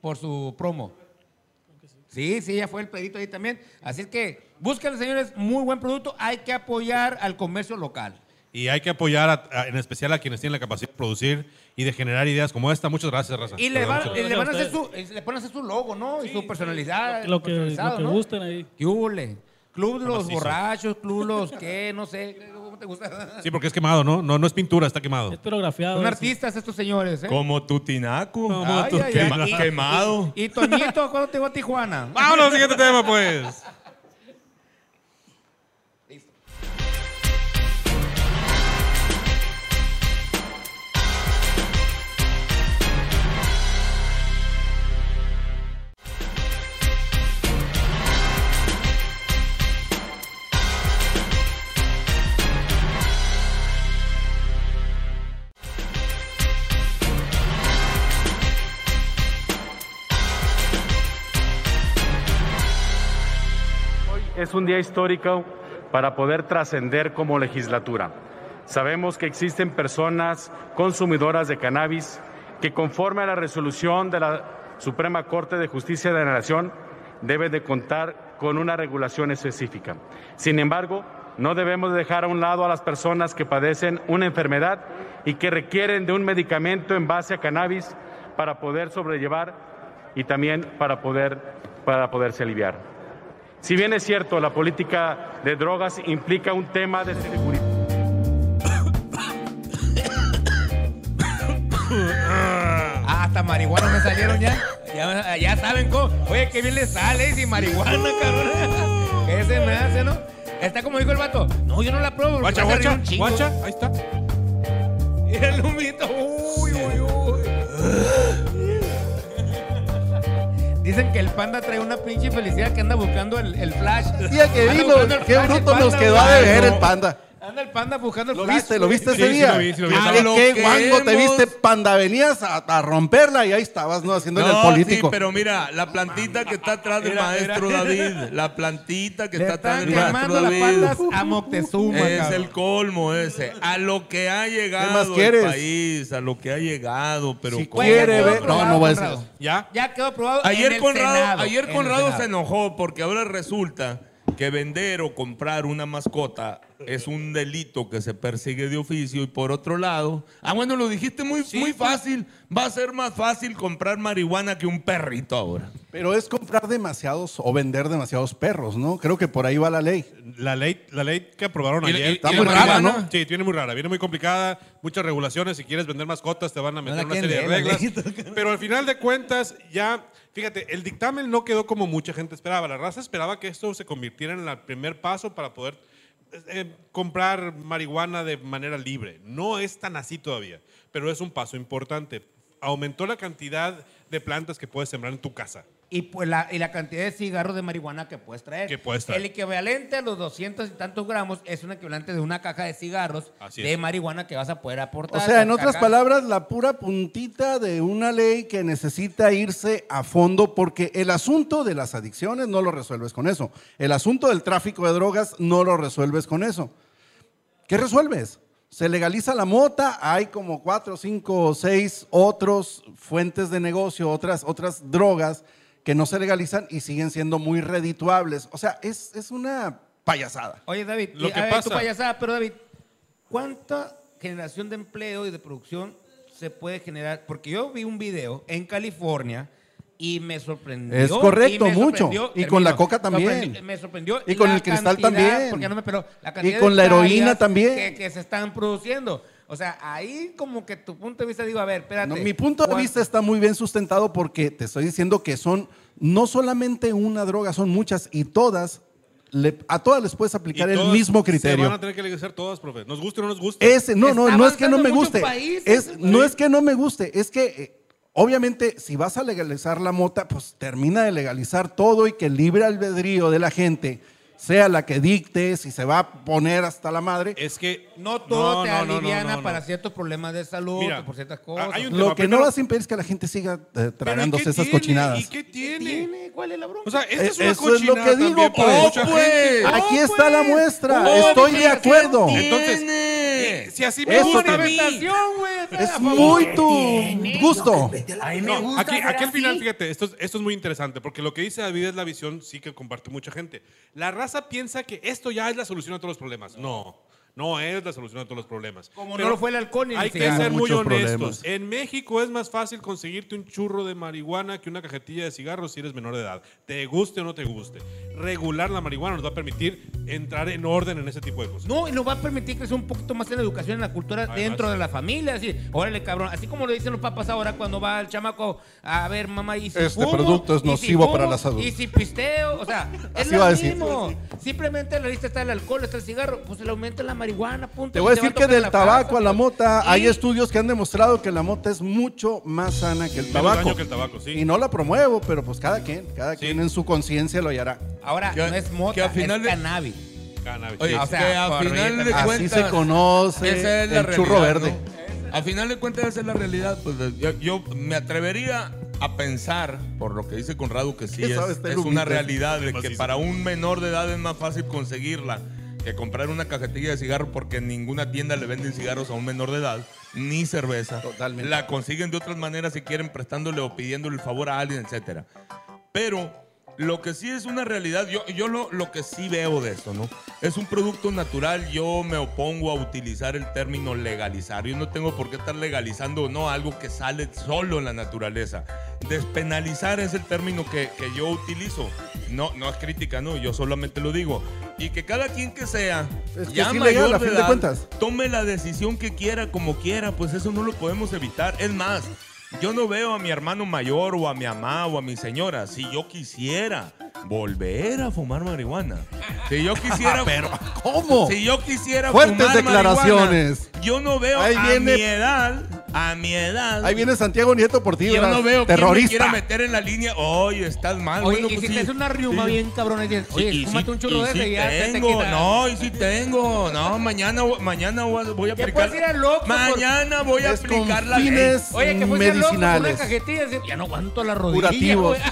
Speaker 5: Por su promo. Sí, sí, ya fue el Pedrito ahí también. Así es que búsquenle, señores, muy buen producto. Hay que apoyar al comercio local.
Speaker 11: Y hay que apoyar a- a- en especial a quienes tienen la capacidad de producir y de generar ideas como esta. Muchas gracias, Raza.
Speaker 5: Y le,
Speaker 11: Perdón,
Speaker 5: van-
Speaker 11: muchas
Speaker 5: y le van a
Speaker 11: gracias.
Speaker 5: hacer su, le ponen a hacer su logo, ¿no? Y su personalidad.
Speaker 3: Lo que, lo
Speaker 5: personalizado,
Speaker 3: que
Speaker 5: ¿no?
Speaker 3: gusten ahí.
Speaker 5: ¿Qué hubole? Club de los
Speaker 11: Macizo.
Speaker 5: borrachos, club los qué, no sé. ¿Cómo te gusta?
Speaker 11: Sí, porque es quemado, ¿no? No, no es pintura, está quemado.
Speaker 5: Son artistas estos señores, ¿eh?
Speaker 1: Como tu tinaco.
Speaker 11: Como
Speaker 5: Ay,
Speaker 11: tu
Speaker 5: ay,
Speaker 11: quema-
Speaker 5: ay. Y-
Speaker 1: quemado.
Speaker 5: Y, y Toñito, ¿cuándo te va a Tijuana?
Speaker 11: Vámonos al siguiente tema, pues.
Speaker 4: Es un día histórico para poder trascender como legislatura. Sabemos que existen personas consumidoras de cannabis que conforme a la resolución de la Suprema Corte de Justicia de la Nación deben de contar con una regulación específica. Sin embargo, no debemos dejar a un lado a las personas que padecen una enfermedad y que requieren de un medicamento en base a cannabis para poder sobrellevar y también para poder, para poderse aliviar. Si bien es cierto, la política de drogas implica un tema de seguridad.
Speaker 5: Ah, hasta marihuana me salieron ya. Ya, ya saben cómo. Oye, qué bien le sale sin marihuana, cabrón. ¿Qué se me hace, no? Está como dijo el vato. No, yo no la pruebo.
Speaker 11: Guacha, guacha, guacha,
Speaker 5: ahí está. Y el humito. Uy, uy, uy. Dicen que el panda trae una pinche felicidad que anda buscando el, el flash.
Speaker 10: Día que
Speaker 5: Anda
Speaker 10: vino,
Speaker 5: buscando el
Speaker 10: qué
Speaker 5: flash, el
Speaker 10: bruto nos
Speaker 5: panda,
Speaker 10: quedó a
Speaker 5: güey.
Speaker 10: deber el
Speaker 5: No.
Speaker 10: panda.
Speaker 5: Anda el panda buscando el
Speaker 10: ¿Lo
Speaker 5: flash.
Speaker 10: viste? ¿Lo
Speaker 5: güey.
Speaker 10: viste ese día? Ah,
Speaker 5: Lo
Speaker 10: qué guango te
Speaker 5: queremos.
Speaker 10: viste, panda. Venías a, a romperla y ahí estabas, ¿no? Haciéndole el político.
Speaker 7: Sí, pero mira, la plantita que está atrás del
Speaker 5: Mira, mira.
Speaker 7: maestro David, la plantita que
Speaker 5: Le
Speaker 7: está atrás
Speaker 5: están
Speaker 7: del maestro
Speaker 5: quemando
Speaker 7: David.
Speaker 5: las patas a Moctezuma,
Speaker 7: Es
Speaker 5: cabrón.
Speaker 7: el colmo ese. A lo que ha llegado
Speaker 10: más quieres?
Speaker 7: el país, a lo que ha llegado, pero ¿cómo?
Speaker 10: Güey, ya quiere quedó ver- no, no voy a
Speaker 7: Conrado.
Speaker 10: decir.
Speaker 7: ¿Ya?
Speaker 5: Ya quedó aprobado. en
Speaker 7: Ayer
Speaker 5: el
Speaker 7: Conrado,
Speaker 5: Senado,
Speaker 7: ayer
Speaker 5: en el
Speaker 7: Conrado
Speaker 5: Senado.
Speaker 7: se enojó porque ahora resulta que vender o comprar una mascota es un delito que se persigue de oficio y por otro lado, ah bueno, lo dijiste muy, muy fácil, va a ser más fácil comprar marihuana que un perrito ahora.
Speaker 10: Pero es comprar demasiados o vender demasiados perros, ¿no? Creo que por ahí va la ley.
Speaker 11: La ley, la ley que aprobaron
Speaker 10: Y la-
Speaker 11: ayer.
Speaker 10: está
Speaker 11: tiene
Speaker 10: muy
Speaker 11: una-
Speaker 10: rara, ¿no?
Speaker 11: Sí, tiene muy rara. Viene muy complicada, muchas regulaciones. Si quieres vender mascotas, te van a meter
Speaker 5: la
Speaker 11: una
Speaker 5: quieren
Speaker 11: serie de
Speaker 5: leer, la
Speaker 11: reglas. Pero al final de cuentas, ya, fíjate, el dictamen no quedó como mucha gente esperaba. La raza esperaba que esto se convirtiera en el primer paso para poder eh, comprar marihuana de manera libre. No es tan así todavía, pero es un paso importante. Aumentó la cantidad de plantas que puedes sembrar en tu casa.
Speaker 5: Y, pues la, y la cantidad de cigarros de marihuana que puedes traer.
Speaker 11: Que puedes traer.
Speaker 5: El equivalente a los 200 y tantos gramos es un equivalente de una caja de cigarros
Speaker 11: Así
Speaker 5: de
Speaker 11: es.
Speaker 5: marihuana que vas a poder aportar.
Speaker 10: O sea, en
Speaker 5: Caja-
Speaker 10: otras palabras, la pura puntita de una ley que necesita irse a fondo porque el asunto de las adicciones no lo resuelves con eso. El asunto del tráfico de drogas no lo resuelves con eso. ¿Qué resuelves? Se legaliza la mota, hay como cuatro, cinco, seis otros fuentes de negocio, otras, otras drogas que no se legalizan y siguen siendo muy redituables. O sea, es, es una payasada.
Speaker 5: Oye, David,
Speaker 10: Lo
Speaker 5: y-
Speaker 10: que
Speaker 5: a ver,
Speaker 10: pasa-
Speaker 5: tu payasada, pero David, ¿cuánta generación de empleo y de producción se puede generar? Porque yo vi un video en California y me sorprendió.
Speaker 10: Es correcto,
Speaker 5: y me
Speaker 10: mucho.
Speaker 5: sorprendió-
Speaker 10: Y con la coca también.
Speaker 5: sorprendi- Me sorprendió.
Speaker 10: Y con
Speaker 5: la
Speaker 10: el cristal
Speaker 5: cantidad,
Speaker 10: también.
Speaker 5: Porque no me peló. La
Speaker 10: Y
Speaker 5: cantidad
Speaker 10: con
Speaker 5: de
Speaker 10: la heroína
Speaker 5: hectáreas
Speaker 10: también.
Speaker 5: Que, que se están produciendo. O sea, ahí como que tu punto de vista digo, a ver, espérate.
Speaker 10: No, mi punto de
Speaker 5: ¿cuán-
Speaker 10: vista está muy bien sustentado porque te estoy diciendo que son no solamente una droga, son muchas y todas, le- a todas les puedes
Speaker 11: Y
Speaker 10: aplicar el
Speaker 11: todas
Speaker 10: mismo
Speaker 11: Se van
Speaker 10: criterio.
Speaker 11: a tener que legalizar todas, profe. Nos guste o no nos guste.
Speaker 10: Ese, no, no, no es que no me guste.
Speaker 5: ¿eh?
Speaker 10: es, no es que no me guste, es que eh, obviamente si vas a legalizar la mota, pues termina de legalizar todo y que el libre albedrío de la gente sea la que dicte si se va a poner hasta la madre.
Speaker 11: Es que
Speaker 5: No todo te aliviana
Speaker 10: no, no.
Speaker 5: para ciertos problemas de salud,
Speaker 10: Mira,
Speaker 5: por ciertas cosas.
Speaker 11: ah, hay un
Speaker 10: Lo que no vas a impedir es que la gente siga eh, tragándose esas cochinadas.
Speaker 11: ¿Qué tiene?
Speaker 5: ¿Cuál es la broma?
Speaker 11: O sea, esta es
Speaker 10: Eh,
Speaker 11: una
Speaker 10: eso es lo
Speaker 11: cochinada
Speaker 10: que digo,
Speaker 11: también para
Speaker 10: pues.
Speaker 11: mucha gente. pues,
Speaker 10: Aquí está
Speaker 5: pues.
Speaker 10: la muestra. Estoy de acuerdo.
Speaker 11: Entonces, eh, si así me
Speaker 10: Eso
Speaker 11: gusta,
Speaker 10: que-
Speaker 11: a mí.
Speaker 10: Es muy tu gusto.
Speaker 11: No, aquí,
Speaker 10: ser
Speaker 11: aquí al final,
Speaker 10: así.
Speaker 11: fíjate, esto es, esto es muy interesante, porque lo que dice David es la visión, sí que comparte mucha gente. La raza piensa que esto ya es la solución a todos los problemas. No, no es la solución a todos los problemas.
Speaker 5: Como no lo fue el alcohol ni el
Speaker 11: Hay que
Speaker 5: cigarro.
Speaker 11: ser muy
Speaker 5: Muchos
Speaker 11: honestos.
Speaker 5: problemas.
Speaker 11: En México es más fácil conseguirte un churro de marihuana que una cajetilla de cigarros si eres menor de edad. Te guste o no te guste. Regular la marihuana nos va a permitir entrar en orden en ese tipo de cosas.
Speaker 5: No, y nos va a permitir crecer un poquito más en la educación, en la cultura dentro de la familia. Así, órale, cabrón. Así como lo dicen los papás ahora cuando va el chamaco a ver, mamá, y si
Speaker 10: Este
Speaker 5: fumo?
Speaker 10: producto es
Speaker 5: ¿Y si
Speaker 10: nocivo
Speaker 5: fumo?
Speaker 10: para la salud.
Speaker 5: Y si pisteo, o sea, es
Speaker 10: Así va
Speaker 5: lo
Speaker 10: a decir.
Speaker 5: mismo. Simplemente en la lista está el alcohol, está el cigarro, pues se le aumenta la marihuana, punto.
Speaker 10: Te voy a
Speaker 5: Y va
Speaker 10: decir que
Speaker 5: tocar
Speaker 10: del
Speaker 5: la
Speaker 10: tabaco a la mota
Speaker 5: Y-
Speaker 10: hay estudios que han demostrado que la mota es mucho más sana que el
Speaker 11: Menos
Speaker 10: tabaco.
Speaker 11: daño que el tabaco, sí.
Speaker 10: Y no la promuevo, pero pues cada quien, cada quien en su conciencia lo hallará.
Speaker 5: Ahora,
Speaker 10: Que-
Speaker 5: no es mota,
Speaker 10: que al final
Speaker 5: es
Speaker 10: de-
Speaker 5: cannabis.
Speaker 11: Cannabis.
Speaker 7: Oye,
Speaker 5: O sea,
Speaker 7: que a
Speaker 5: correcto.
Speaker 7: final de
Speaker 10: Así
Speaker 7: cuentas.
Speaker 10: se conoce
Speaker 7: esa es
Speaker 10: el
Speaker 7: la
Speaker 10: churro
Speaker 7: realidad,
Speaker 10: verde.
Speaker 7: ¿no? A final de cuentas, esa es la realidad. pues, yo, yo me atrevería a pensar, por lo que dice Conrado, que sí
Speaker 4: ¿Qué
Speaker 7: es,
Speaker 4: sabe este
Speaker 7: es
Speaker 4: Lupita?
Speaker 7: una realidad de que
Speaker 4: Macizo.
Speaker 7: para un menor de edad es más fácil conseguirla que comprar una cajetilla de cigarro porque en ninguna tienda le venden cigarros a un menor de edad, ni cerveza. Totalmente. La consiguen de otras maneras si quieren prestándole o pidiéndole el favor a alguien, etcétera. Pero Lo que sí es una realidad, yo, yo lo, lo que sí veo de esto, ¿no? Es un producto natural, yo me opongo a utilizar el término legalizar. Yo no tengo por qué estar legalizando o no algo que sale solo en la naturaleza. Despenalizar es el término que, que yo utilizo. No, no es crítica, no, yo solamente lo digo. Y que cada quien que sea,
Speaker 10: Es que
Speaker 7: ya
Speaker 10: es ilegal,
Speaker 7: mayor
Speaker 10: a
Speaker 7: de
Speaker 10: fin de
Speaker 7: edad,
Speaker 10: cuentas.
Speaker 7: tome la decisión que quiera, como quiera, pues eso no lo podemos evitar. Es más, yo no veo a mi hermano mayor o a mi mamá o a mi señora. Si yo quisiera volver a fumar marihuana, si yo quisiera.
Speaker 10: Pero, ¿cómo?
Speaker 7: Si yo quisiera
Speaker 10: Fuertes
Speaker 7: fumar
Speaker 10: declaraciones.
Speaker 7: marihuana, yo no veo
Speaker 10: Ahí
Speaker 7: a
Speaker 10: viene-
Speaker 7: mi edad, a mi edad.
Speaker 10: Ahí viene Santiago Nieto por ti,
Speaker 7: yo
Speaker 10: ¿verdad?
Speaker 7: no veo
Speaker 10: terrorista.
Speaker 7: quién me quiera meter en la línea. Oye, estás mal.
Speaker 5: Oye,
Speaker 7: Bueno,
Speaker 5: y
Speaker 7: pues
Speaker 5: si te
Speaker 7: sí.
Speaker 5: hace una riuma
Speaker 7: Sí.
Speaker 5: bien cabrona y dices, oye,
Speaker 7: Y sí-
Speaker 5: fúmate un churro
Speaker 7: y
Speaker 5: de
Speaker 7: sí
Speaker 5: ese y ya se te
Speaker 7: tengo,
Speaker 5: quita.
Speaker 7: no, y sí tengo. No, mañana, mañana voy a- voy a
Speaker 5: Te
Speaker 7: aplicar.
Speaker 5: puedes ir al Oxxo por-
Speaker 7: mañana voy a
Speaker 5: Es con
Speaker 7: aplicar la ley.
Speaker 10: fines
Speaker 5: Oye, que fuiste loco con una
Speaker 10: medicinales.
Speaker 5: cajetilla. y dices, Ya no aguanto la rodilla.
Speaker 11: Curativos.
Speaker 5: güey".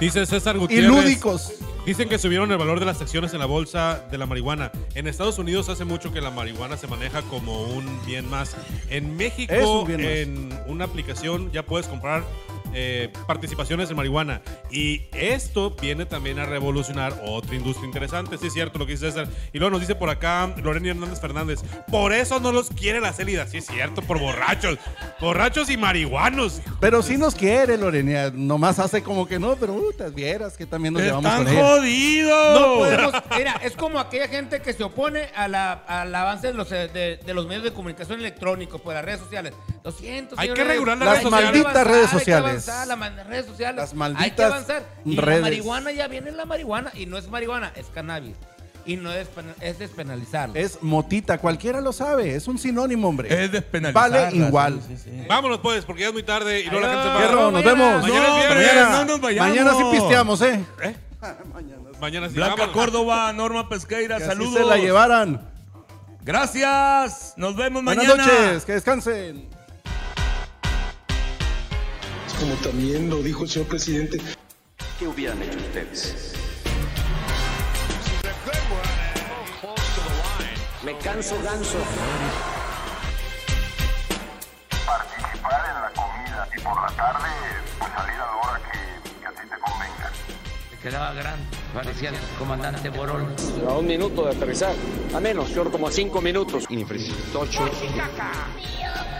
Speaker 11: Dice César Gutiérrez.
Speaker 10: lúdicos.
Speaker 11: Dicen que subieron el valor de las acciones en la bolsa de la marihuana. En Estados Unidos hace mucho que la marihuana se maneja como un bien más. En
Speaker 10: Es
Speaker 11: México,
Speaker 10: un bien más.
Speaker 11: en una aplicación ya puedes comprar eh, participaciones en marihuana. Y esto viene también a revolucionar otra industria interesante. Sí, es cierto lo que dice César. Y luego nos dice por acá Lorena Hernández Fernández. Por eso no los quiere la célida. Sí, es cierto, por borrachos. Borrachos y marihuanos.
Speaker 10: Pero sí nos quiere, Lorena. Nomás hace como que no, pero uh, te vieras que también nos llevamos con ella.
Speaker 7: jodidos!
Speaker 5: No podemos. Mira, es como aquella gente que se opone a la, al avance de los, eh, de, de los medios de comunicación electrónicos por las redes sociales. Lo siento,
Speaker 10: Hay que
Speaker 5: señores.
Speaker 10: regular las Las redes sociales. malditas
Speaker 5: Hay que
Speaker 10: redes
Speaker 5: avanzar,
Speaker 10: sociales.
Speaker 5: Hay que avanzar, las mal- redes sociales.
Speaker 10: Las
Speaker 5: Hay que
Speaker 10: malditas
Speaker 5: avanzar. Y
Speaker 10: redes.
Speaker 5: la marihuana ya viene la marihuana. Y no es marihuana, es cannabis. Y no es, pena- es despenalizar.
Speaker 10: Es motita, cualquiera lo sabe. Es un sinónimo, hombre.
Speaker 7: Es despenalizar.
Speaker 10: Vale igual.
Speaker 11: Vámonos pues, porque ya es muy tarde y luego la gente se va.
Speaker 10: Fierro, nos vemos.
Speaker 11: Mañana es viernes.
Speaker 10: mañana, mañana sí pisteamos, ¿eh?
Speaker 11: Mañana sí.
Speaker 7: Blanca
Speaker 11: vámonos.
Speaker 7: Córdoba, Norma Pesqueira,
Speaker 10: Que así
Speaker 7: saludos.
Speaker 10: se la llevaran.
Speaker 7: Gracias. Nos vemos
Speaker 10: Buenas
Speaker 7: mañana.
Speaker 10: noches, que descansen.
Speaker 1: Como también lo dijo el señor presidente,
Speaker 15: ¿Qué hubieran hecho ustedes?
Speaker 3: Me canso ganso.
Speaker 4: Participar en la comida y por la tarde pues, salir a la hora que, que a ti te convenga.
Speaker 16: Quedaba grande, parecía el comandante Borol.
Speaker 3: A un minuto de aterrizar. A menos, yo como a cinco minutos.
Speaker 16: Infeliz.
Speaker 3: Tocho.
Speaker 17: caca!